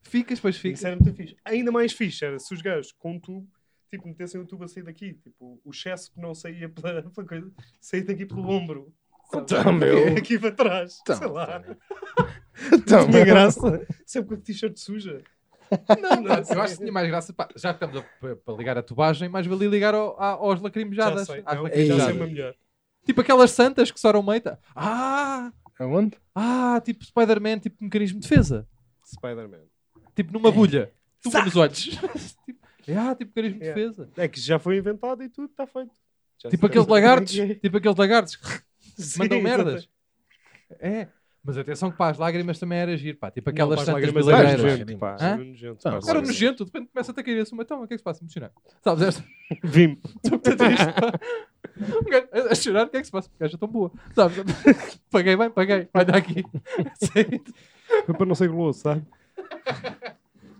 Speaker 3: Ficas, depois ficas.
Speaker 2: Isso era muito fixe. Ainda mais fixe era se os gajos com um tubo, tipo, metessem o tubo a sair daqui. Tipo, o excesso que não saía pela, pela coisa, sair daqui pelo ombro. Sabe?
Speaker 1: Então, meu.
Speaker 2: Aqui para trás.
Speaker 1: Então,
Speaker 2: sei lá.
Speaker 1: Então,
Speaker 2: Tinha graça. Sempre com a t-shirt suja.
Speaker 3: Não, não,
Speaker 2: é
Speaker 3: eu acho que tinha mais graça. pá, já que estamos a- pa- para ligar a tubagem, mais valia ligar ao- a- aos lacrimejadas.
Speaker 2: já sei. é
Speaker 3: às
Speaker 2: Não,
Speaker 1: lacrimejadas.
Speaker 2: já sei uma melhor.
Speaker 3: Tipo aquelas santas que soram meita. Ah!
Speaker 1: Aonde?
Speaker 3: Ah, tipo Spider-Man, tipo mecanismo de defesa.
Speaker 2: Spider-Man.
Speaker 3: Tipo
Speaker 2: É.
Speaker 3: numa bulha. Tuba nos olhos. tipo, ah, tipo mecanismo de
Speaker 2: Yeah.
Speaker 3: defesa.
Speaker 2: É que já foi inventado e tudo está feito. Já sabemos
Speaker 3: Tipo aqueles
Speaker 2: como é que
Speaker 3: lagartos.
Speaker 2: é.
Speaker 3: Tipo aqueles lagartos que
Speaker 2: Sim,
Speaker 3: mandam merdas.
Speaker 2: exatamente.
Speaker 3: É. Mas atenção que pá, as lágrimas também era giro, pá. Tipo
Speaker 2: Não,
Speaker 3: aquelas
Speaker 2: pá, as
Speaker 3: santas
Speaker 2: lágrimas
Speaker 1: brasileiras.
Speaker 2: eram
Speaker 3: brasileiras.
Speaker 2: nojento, assim, pá.
Speaker 3: Hã?
Speaker 2: Eram nojento, pá. um
Speaker 1: Não,
Speaker 3: Era
Speaker 1: claro.
Speaker 3: nojento, de repente começa a cair assim, mas então, o que é que se passa? Emocionar. Sabes, esta?
Speaker 2: Vim.
Speaker 3: Estou muito triste. Um gajo a- a chorar, o que é que se passa? Porque já tão boa. Sabes? Paguei bem, paguei. Olha aqui. Sei.
Speaker 2: Foi para não ser goloso, sabe?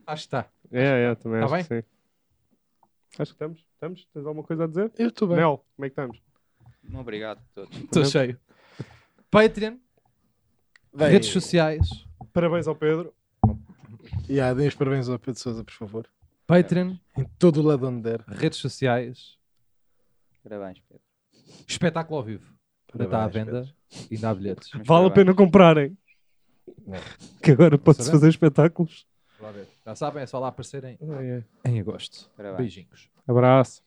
Speaker 3: Acho que está.
Speaker 2: É, é, também
Speaker 3: Tá
Speaker 2: acho que sim. Acho que estamos. Estamos? Tens alguma coisa a dizer?
Speaker 1: Eu estou bem.
Speaker 2: Mel, como é que estamos?
Speaker 4: Não, obrigado a todos.
Speaker 3: Estou cheio. Patreon,
Speaker 1: Vai.
Speaker 3: redes sociais.
Speaker 2: Parabéns ao Pedro.
Speaker 1: E há, deem os parabéns ao Pedro Sousa, por favor.
Speaker 3: Patreon,
Speaker 1: Em todo o lado onde der.
Speaker 3: redes sociais.
Speaker 4: Parabéns, Pedro.
Speaker 3: Espetáculo ao vivo. Ainda está à venda e ainda há bilhetes.
Speaker 4: Mas
Speaker 2: Vale a
Speaker 4: parabéns.
Speaker 2: pena comprarem. Que agora pode-se
Speaker 3: Sabemos.
Speaker 2: fazer Ah, espetáculos.
Speaker 3: Já sabem, é só lá aparecerem em agosto.
Speaker 4: Parabéns.
Speaker 3: Beijinhos.
Speaker 2: Abraço.